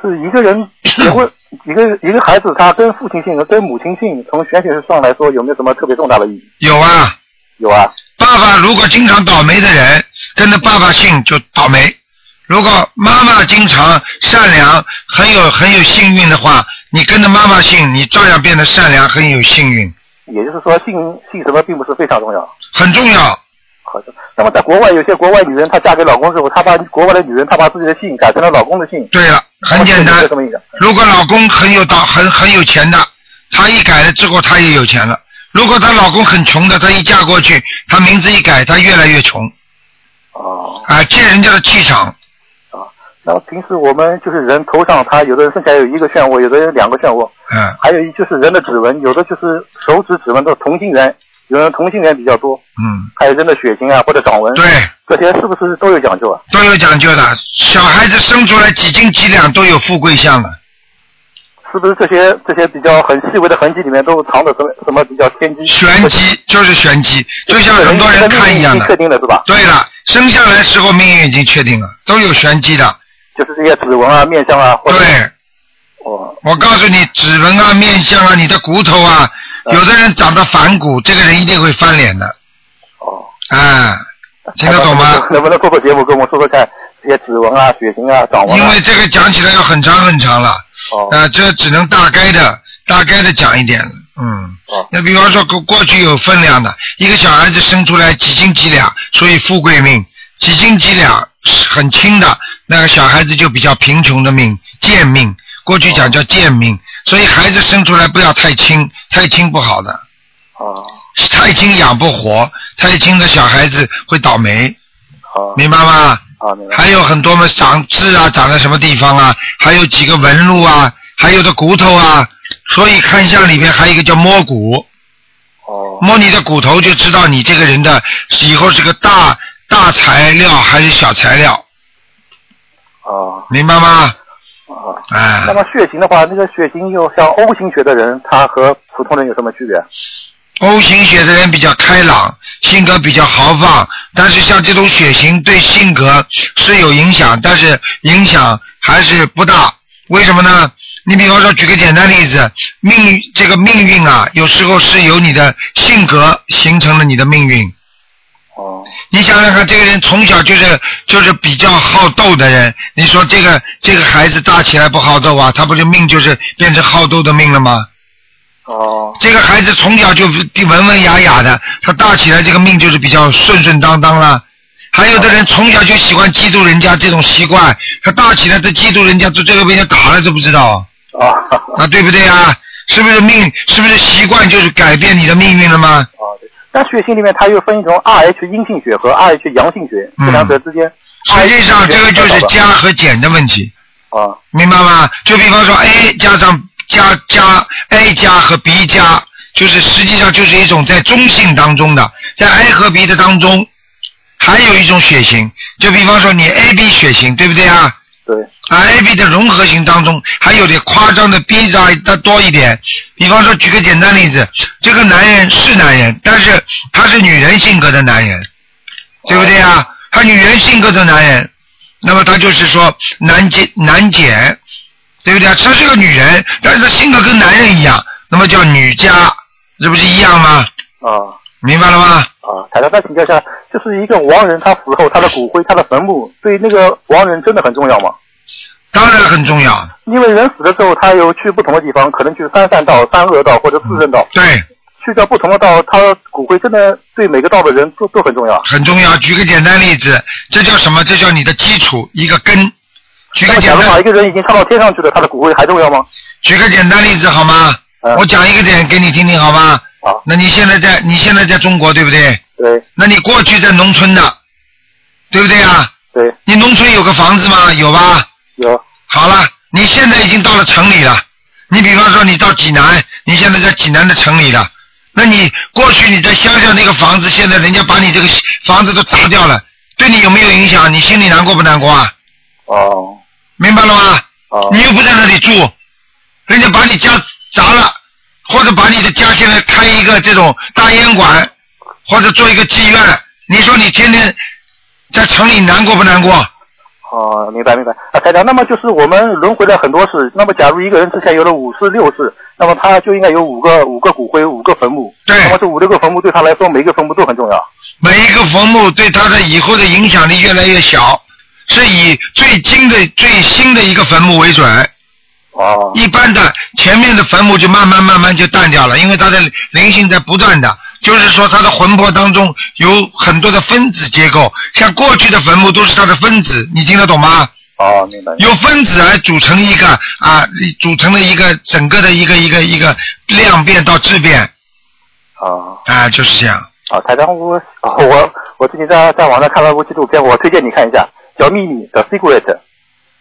Speaker 12: 是一个人 结婚，一个一个孩子他跟父亲姓和跟母亲姓，从玄学上来说有没有什么特别重大的意义？
Speaker 1: 有啊。
Speaker 12: 有啊。
Speaker 1: 爸爸如果经常倒霉的人，跟着爸爸姓就倒霉；如果妈妈经常善良，很有很有幸运的话，你跟着妈妈姓，你照样变得善良，很有幸运，
Speaker 12: 也就是说姓姓什么并不是非常重要。
Speaker 1: 很重要。
Speaker 12: 好的。那么在国外有些国外女人，她嫁给老公之后，她把国外的女人，她把自己的姓改成了老公的姓。
Speaker 1: 对了，很简单
Speaker 12: 这什么意思？
Speaker 1: 如果老公很有道很很有钱的，她一改了之后，她也有钱了。如果她老公很穷的，她一嫁过去，她名字一改，她越来越穷。
Speaker 12: 哦。
Speaker 1: 啊，借人家的气场，
Speaker 12: 那么平时我们就是人头上，他有的人身下有一个漩涡，有的人有两个漩涡，
Speaker 1: 嗯
Speaker 12: 还有一就是人的指纹，有的就是手指指纹都是同性缘，有人同性缘比较多，
Speaker 1: 嗯，
Speaker 12: 还有人的血型啊或者掌纹，
Speaker 1: 对，
Speaker 12: 这些是不是都有讲究啊？
Speaker 1: 都有讲究的。小孩子生出来几斤几两都有富贵相的，
Speaker 12: 是不是这些这些比较很细微的痕迹里面都藏着什么什么比较天机？
Speaker 1: 玄机就是玄机，就像很多人看一样
Speaker 12: 已经确
Speaker 1: 的。
Speaker 12: 定了是吧？
Speaker 1: 对了，生下来时候命运已经确定了，都有玄机的。
Speaker 12: 就是这些指纹啊、面相啊，或者
Speaker 1: 对，
Speaker 12: 哦，
Speaker 1: 我告诉你，指纹啊、面相啊、你的骨头啊，
Speaker 12: 嗯
Speaker 1: 有的人长得反骨，这个人一定会翻脸的。
Speaker 12: 哦。
Speaker 1: 啊，听得懂吗？
Speaker 12: 能不能做做节目跟我们说说看这些指纹啊、血型啊、掌纹啊？
Speaker 1: 因为这个讲起来要很长很长了，
Speaker 12: 哦
Speaker 1: 啊，这只能大概的、大概的讲一点了。嗯，那比方说过过去有分量的，一个小孩子生出来几斤几两，所以富贵命；几斤几两很轻的，那个小孩子就比较贫穷的命，贱命。过去讲叫贱命，所以孩子生出来不要太轻，太轻不好的，
Speaker 12: 哦
Speaker 1: 太轻养不活，太轻的小孩子会倒霉，
Speaker 12: 哦，
Speaker 1: 明白吗？
Speaker 12: 啊，明白。
Speaker 1: 还有很多嘛，长痣啊，长在什么地方啊，还有几个纹路啊，还有的骨头啊，所以看相里面还有一个叫摸骨，
Speaker 12: 哦，
Speaker 1: 摸你的骨头就知道你这个人的以后是个大大材料还是小材料，
Speaker 12: 哦，
Speaker 1: 明白吗？
Speaker 12: 啊，
Speaker 1: 哎
Speaker 12: 那么血型的话，那个血型有像 O 型血的人，他和普通人有什么区别？啊
Speaker 1: O 型血的人比较开朗，性格比较豪放，但是像这种血型对性格是有影响，但是影响还是不大。为什么呢？你比方说，举个简单例子，命运这个命运啊，有时候是由你的性格形成了你的命运。你想想看，这个人从小就是就是比较好斗的人，你说这个这个孩子大起来不好斗啊，他不就命就是变成好斗的命了吗？
Speaker 12: 哦，
Speaker 1: 这个孩子从小就文文雅雅的，他大起来这个命就是比较顺顺当当了。还有的人从小就喜欢嫉妒人家这种习惯，他大起来他嫉妒人家，这这个被人家打了都不知道。
Speaker 12: 啊
Speaker 1: 啊，对不对啊？是不是命？是不是习惯就是改变你的命运了吗？
Speaker 12: 那啊血型里面它又分一种 Rh 阴性血和 Rh 阳性血，
Speaker 1: 嗯
Speaker 12: 这两者之间，
Speaker 1: 实际上，这个就是加
Speaker 12: 家
Speaker 1: 和减的问题。
Speaker 12: 啊
Speaker 1: 明白吗？就比方说 A 加上加加 A 加和 B 加，就是实际上就是一种在中性当中的，在 A 和 B 的当中，还有一种血型，就比方说你 AB 血型，对不对啊？
Speaker 12: 对。
Speaker 1: 啊，AB 的融合型当中，还有点夸张的 B 加的多一点。比方说，举个简单例子，这个男人是男人，但是他是女人性格的男人，对不对啊？他女人性格的男人，那么他就是说难解难解，对不对啊？她是个女人，但是她性格跟男人一样，那么叫女家，这不是一样吗？
Speaker 12: 啊
Speaker 1: 明白了吗？
Speaker 12: 啊！台长再请教一下，就是一个亡人他死后，他的骨灰、他的坟墓，对那个亡人真的很重要吗？
Speaker 1: 当然很重要。
Speaker 12: 因为人死了之后，他有去不同的地方，可能去三善道、三恶道或者四圣道。
Speaker 1: 嗯对。
Speaker 12: 去掉不同的道，他骨灰真的对每个道的人都都很重要。
Speaker 1: 很重要。举个简单例子，这叫什么？这叫你的基础，一个根。举个简
Speaker 12: 那么假如把
Speaker 1: 单，
Speaker 12: 一个人已经上到天上去了，他的骨灰还重要吗？
Speaker 1: 举个简单例子好吗？我讲一个点给你听听好吗？
Speaker 12: 嗯好。
Speaker 1: 那你现在在你现在在中国对不对？
Speaker 12: 对。
Speaker 1: 那你过去在农村的，对不对啊？
Speaker 12: 对。
Speaker 1: 你农村有个房子吗？有吧？
Speaker 12: 有。
Speaker 1: 好了，你现在已经到了城里了。你比方说你到济南，你现在在济南的城里了。那你过去你在乡下那个房子，现在人家把你这个房子都砸掉了，对你有没有影响？你心里难过不难过啊？
Speaker 12: 哦，
Speaker 1: 明白了吗？
Speaker 12: 哦
Speaker 1: 你又不在那里住，人家把你家砸了，或者把你的家现在开一个这种大烟馆，或者做一个妓院，你说你天天在城里难过不难过？
Speaker 12: 哦，明白明白。啊，台长，那么就是我们轮回了很多世，那么假如一个人之前有了五世六世，那么他就应该有五个五个骨灰，五个坟墓。
Speaker 1: 对。
Speaker 12: 那么这五六个坟墓对他来说，每一个坟墓都很重要。
Speaker 1: 每一个坟墓对他的以后的影响力越来越小，是以最近的最新的一个坟墓为准。
Speaker 12: 哦。
Speaker 1: 一般的前面的坟墓就慢慢慢慢就淡掉了，因为它的灵性在不断的，就是说它的魂魄当中有很多的分子结构，像过去的坟墓都是它的分子，你听得懂吗？
Speaker 12: 哦，明白。
Speaker 1: 由分子而组成一个啊，组成了一个整个的一个一个一个量变到质变
Speaker 12: 哦。
Speaker 1: 啊，就是这样。
Speaker 12: 啊，台长，我啊我我最近在在网上看了部纪录片，我推荐你看一下，叫《秘密》的《Secret》。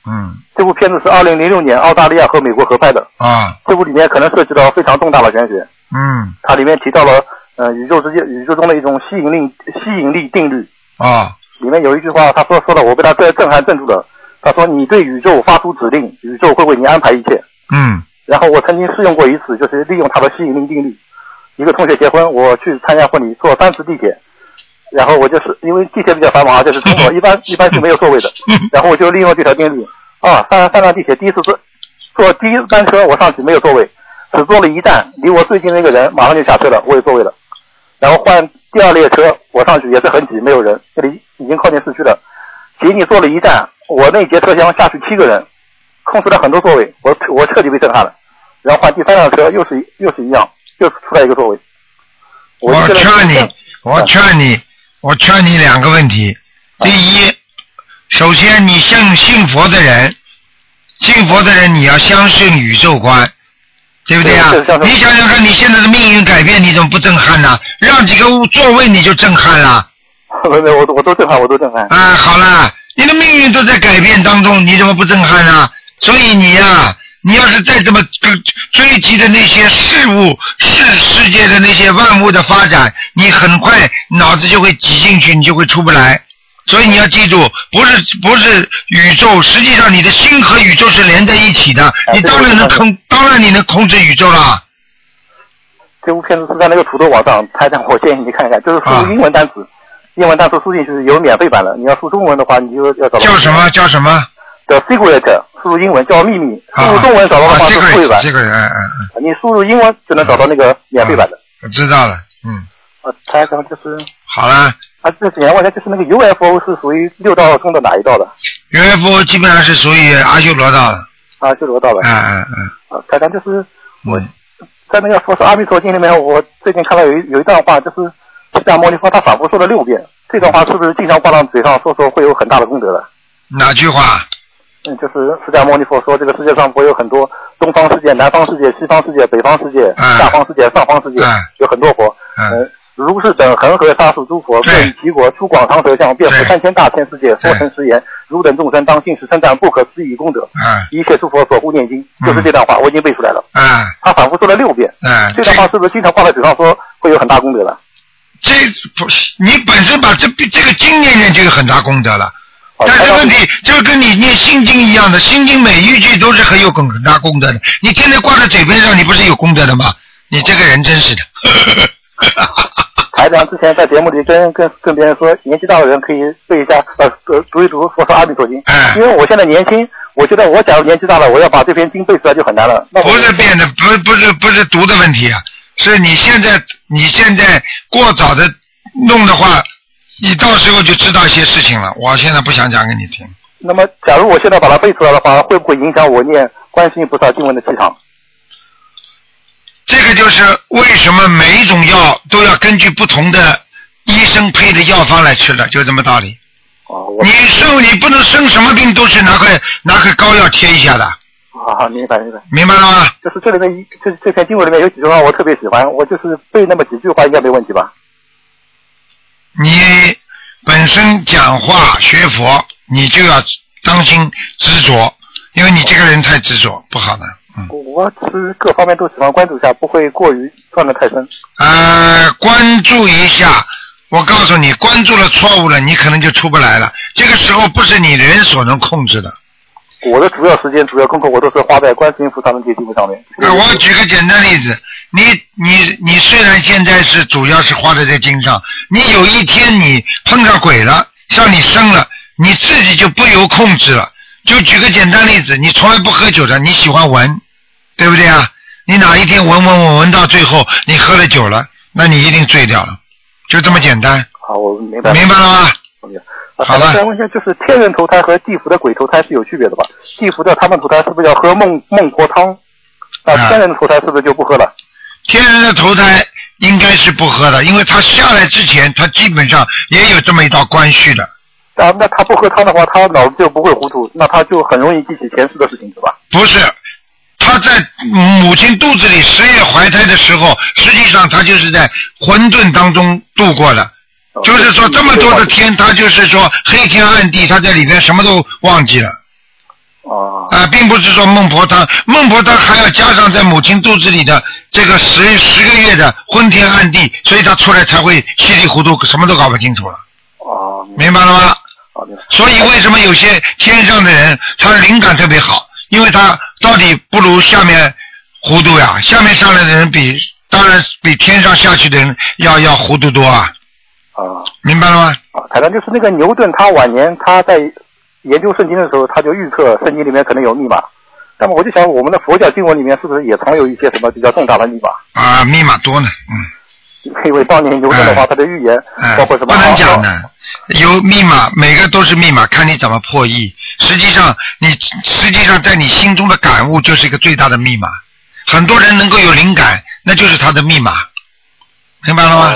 Speaker 1: 嗯。
Speaker 12: 这部片子是二零零六年澳大利亚和美国合拍的。
Speaker 1: 啊，
Speaker 12: 这部里面可能涉及到非常重大的玄学，
Speaker 1: 嗯，
Speaker 12: 它里面提到了呃宇宙之间宇宙中的一种吸引力吸引力定律。
Speaker 1: 啊，
Speaker 12: 里面有一句话，他说说的我被他震震撼镇住了。他说你对宇宙发出指令，宇宙会为你安排一切。
Speaker 1: 嗯，
Speaker 12: 然后我曾经试用过一次，就是利用它的吸引力定律。一个同学结婚，我去参加婚礼，坐三次地铁，然后我就是因为地铁比较繁忙啊，就是中国一般一般是没有座位的，然后我就利用这条定律啊，三三辆地铁，第一次坐坐第一班车，我上去没有座位，只坐了一站，离我最近那个人马上就下车了，我有座位了。然后换第二列车，我上去也是很挤，没有人，这里已经靠近市区了。仅仅坐了一站，我那节车厢下去七个人，空出了很多座位，我我彻底被震撼了。然后换第三辆车，又是一又是一样，又出来一个座位。 我
Speaker 1: 我
Speaker 12: 就觉得
Speaker 1: 劝你，我劝你，我劝你两个问题。第一，首先你信信佛的人，信佛的人你要相信宇宙观，对不对啊
Speaker 12: 对就是？相信
Speaker 1: 你想想看，你现在的命运改变，你怎么不震撼呢、让几个座位你就震撼了。
Speaker 12: 没没，我都我都震撼，我都震撼。
Speaker 1: 啊，好啦，你的命运都在改变当中，你怎么不震撼啊？所以你呀、你要是再这么追追击的那些事物、世世界的那些万物的发展，你很快脑子就会挤进去，你就会出不来。所以你要记住，不是不是宇宙，实际上你的心和宇宙是连在一起的，
Speaker 12: 哎
Speaker 1: 你当然能控，当然你能控制宇宙啦。
Speaker 12: 这部片子是在那个土豆网上拍的，我建议你看一看，就是
Speaker 1: 啊
Speaker 12: 输入英文单词，英文单词输进去有免费版的，你要输中文的话，你就要找到
Speaker 1: 叫什么？叫什么？
Speaker 12: The Secret，输入英文叫秘密，
Speaker 1: 啊
Speaker 12: 输入中文找到的
Speaker 1: 啊
Speaker 12: 话是
Speaker 1: ，Secret，
Speaker 12: 会版，
Speaker 1: Secret，嗯嗯
Speaker 12: 你输入英文就能找到那个免费版的。
Speaker 1: 我知道了，嗯，
Speaker 12: 呃，台长就是
Speaker 1: 好了。
Speaker 12: 啊，这几年问一下，就是那个 UFO 是属于六道中的哪一道的？
Speaker 1: ，UFO 基本上是属于阿修罗道的，
Speaker 12: 啊，就罗道的。
Speaker 1: 嗯嗯嗯，
Speaker 12: 啊，台长就是
Speaker 1: 我
Speaker 12: 在那个《佛是阿弥陀经》里面，我最近看到有一有一段话，就是释迦牟尼佛他反复说了六遍，这段话是不是经常挂到嘴上说说会有很大的功德的？
Speaker 1: 哪句话？
Speaker 12: 嗯，就是释迦牟尼佛说，这个世界上不会有很多东方世界、南方世界、西方世界、北方世界、下方世界、上方世界，有很多佛。
Speaker 1: 哎
Speaker 12: 嗯，如是等恒河沙数诸佛，遍于其国，出广长舌相，遍覆三千大千世界，说成实言，汝等众生当信是称赞不可思议功德。
Speaker 1: 嗯
Speaker 12: 一切诸佛所护念经，就是这段话，我已经背出来了。
Speaker 1: 嗯
Speaker 12: 他反复说了六遍。
Speaker 1: 嗯，
Speaker 12: 这段话是不是经常挂在嘴上说会有很大功
Speaker 1: 啊
Speaker 12: 德的？
Speaker 1: 这不，你本身把这这个经念念就有很大功德了。但是问题，就是跟你念心经一样的，心经每一句都是很有很大功德的。你天天挂在嘴边上，你不是有功德的吗？你这个人真是的。
Speaker 12: 台长之前在节目里跟跟跟别人说，年纪大的人可以背一下，呃，呃读一读《佛说阿弥陀经》。
Speaker 1: 哎
Speaker 12: 因为我现在年轻，我觉得我假如年纪大了，我要把这篇经背出来就很难了。那
Speaker 1: 不是变的，不不是不是读的问题啊，是你现在你现在过早的弄的话，你到时候就知道一些事情了。我现在不想讲给你听，
Speaker 12: 那么，假如我现在把它背出来的话，会不会影响我念观世音菩萨经文的气场？
Speaker 1: 这个就是为什么每一种药都要根据不同的医生配的药方来吃的，就这么道理。你生你不能生什么病都是拿块拿块膏药贴一下的，
Speaker 12: 啊，明白明白。
Speaker 1: 明白了吗？
Speaker 12: 就是这里面一，这这篇经文里面有几句话我特别喜欢，我就是背那么几句话应该没问题吧？
Speaker 1: 你本身讲话学佛，你就要当心执着，因为你这个人太执着，不好的。
Speaker 12: 我是各方面都喜欢关注一下，不会过于钻得太深。
Speaker 1: 呃，关注一下，我告诉你，关注了错误了，你可能就出不来了。这个时候不是你人所能控制的。
Speaker 12: 我的主要时间、主要功课，我都是花在观世音菩萨的这些经文上面。
Speaker 1: 啊，我举个简单例子，你你你虽然现在是主要是花在这经上，你有一天你碰上鬼了，像你生了，你自己就不由控制了。就举个简单例子，你从来不喝酒的，你喜欢闻，对不对啊？你哪一天闻闻闻闻到最后，你喝了酒了，那你一定醉掉了，就这么简单。
Speaker 12: 好，我明白。
Speaker 1: 明白了吗？
Speaker 12: 好了。再问一下，就是天人投胎和地府的鬼投胎是有区别的吧？地府的他们投胎是不是要喝孟孟婆汤？那天人投胎是不是就不喝了？
Speaker 1: 天人的投胎应该是不喝的，因为他下来之前，他基本上也有这么一道关系的。
Speaker 12: 啊，那他不喝汤的话，他脑子就不会糊涂，那他就很容易记起前世的事情，是吧？
Speaker 1: 不是，他在母亲肚子里十月怀胎的时候，实际上他就是在混沌当中度过的。就是说，哦这么多的天，他就是说黑天暗地，他在里面什么都忘记了。
Speaker 12: 哦。
Speaker 1: 啊、并不是说孟婆汤，孟婆汤还要加上在母亲肚子里的这个十十个月的昏天暗地，所以他出来才会稀里糊涂，什么都搞不清楚了。
Speaker 12: 哦。
Speaker 1: 明白了吗？所以为什么有些天上的人他灵感特别好？因为他到底不如下面糊涂呀，下面上来的人比当然比天上下去的人要要糊涂多啊，
Speaker 12: 啊。
Speaker 1: 明白了吗？
Speaker 12: 啊，台长就是那个牛顿，他晚年他在研究圣经的时候，他就预测圣经里面可能有密码。那么我就想，我们的佛教经文里面是不是也藏有一些什么比较重大的密码？
Speaker 1: 啊，密码多呢，
Speaker 12: 因为当年牛顿的话，他的预言
Speaker 1: 嗯，
Speaker 12: 包括什么？
Speaker 1: 哎不能讲的，有密码，每个都是密码，看你怎么破译。实际上，你实际上在你心中的感悟就是一个最大的密码。很多人能够有灵感，那就是他的密码，明白了吗？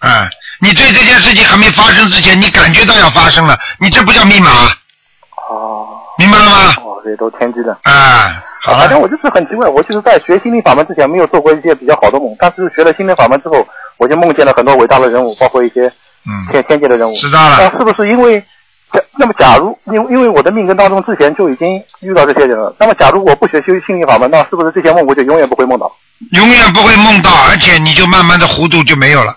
Speaker 1: 啊、你对这件事情还没发生之前，你感觉到要发生了，你这不叫密码。啊明白了吗？
Speaker 12: 哦，这都天机的。
Speaker 1: 啊，好了。
Speaker 12: 反正我就是很奇怪，我就是在学心灵法门之前没有做过一些比较好的梦，但是学了心灵法门之后，我就梦见了很多伟大的人物，包括一些
Speaker 1: 嗯
Speaker 12: 天天界的人物。
Speaker 1: 知道了
Speaker 12: 那是不是因为？假那么，假如因为因为我的命根当中之前就已经遇到这些人了，那么假如我不学修心灵法门，那是不是这些梦我就永远不会梦到？
Speaker 1: 永远不会梦到，而且你就慢慢的糊涂就没有了。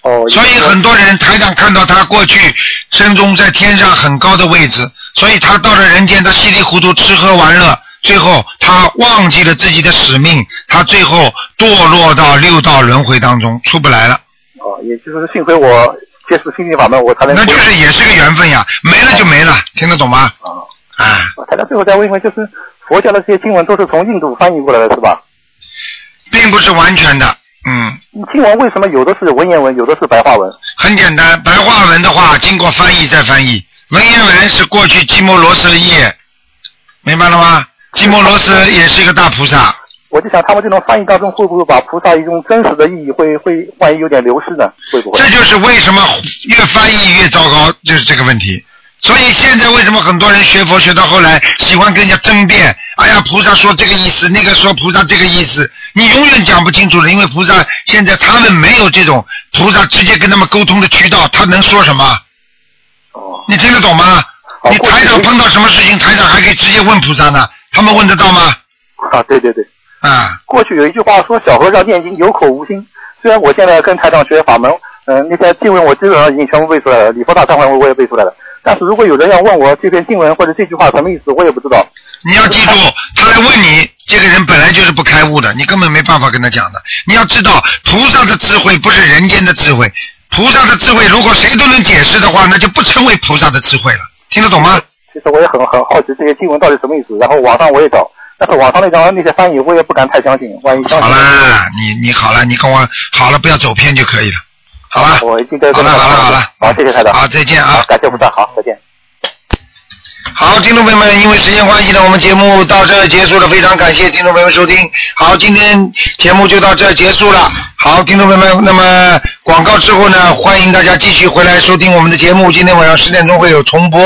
Speaker 12: 哦，
Speaker 1: 所以很多人台长看到他过去身中在天上很高的位置，所以他到了人间，他稀里糊涂吃喝玩乐，最后他忘记了自己的使命，他最后堕落到六道轮回当中，出不来了。
Speaker 12: 哦，也就是幸亏我接触心灵法门，我才能
Speaker 1: 那就是也是个缘分呀，没了就没了，听得懂吗？啊，
Speaker 12: 台长最后再问一问，就是佛教的这些经文都是从印度翻译过来的，是吧？
Speaker 1: 并不是完全的，嗯。
Speaker 12: 经文为什么有的是文言文，有的是白话文？
Speaker 1: 很简单，白话文的话，经过翻译再翻译，文言文是过去基摩罗什的业，明白了吗？基摩罗什也是一个大菩萨，
Speaker 12: 我就想他们这种翻译当中，会不会把菩萨一种真实的意义会会万一有点流失呢？会不会？
Speaker 1: 这就是为什么越翻译越糟糕，就是这个问题。所以现在为什么很多人学佛学到后来喜欢跟人家争辩？哎呀，菩萨说这个意思，那个说菩萨这个意思，你永远讲不清楚了，因为菩萨现在他们没有这种菩萨直接跟他们沟通的渠道，他能说什么？
Speaker 12: 哦
Speaker 1: 你听得懂吗？你台长碰到什么事情，台长还可以直接问菩萨呢，他们问得到吗？
Speaker 12: 啊，对对对。
Speaker 1: 啊，
Speaker 12: 过去有一句话说小和尚念经有口无心，虽然我现在跟台长学法门，嗯、那些经文我基本上已经全部背出来了，礼佛大忏悔文我也背出来了。但是如果有人要问我这篇经文或者这句话什么意思，我也不知道。
Speaker 1: 你要记住，他来问你，这个人本来就是不开悟的，你根本没办法跟他讲的。你要知道，菩萨的智慧不是人间的智慧，菩萨的智慧如果谁都能解释的话，那就不称为菩萨的智慧了。听得懂吗？
Speaker 12: 其实我也很很好奇这些经文到底什么意思，然后网上我也找，但是网上那张那些翻译我也不敢太相信，万一相信
Speaker 1: 好啦，你你好了，你跟我好了，不要走偏就可以了。好了，
Speaker 12: 我一定在
Speaker 1: 好了好了好了，
Speaker 12: 好，谢谢台长，
Speaker 1: 好，再见啊，
Speaker 12: 感谢菩萨，好，再见。
Speaker 1: 好，听众朋友们，因为时间关系呢，我们节目到这儿结束了，非常感谢听众朋友们收听。好，今天节目就到这儿结束了。好，听众朋友们，那么广告之后呢，欢迎大家继续回来收听我们的节目。今天晚上十点钟会有重播。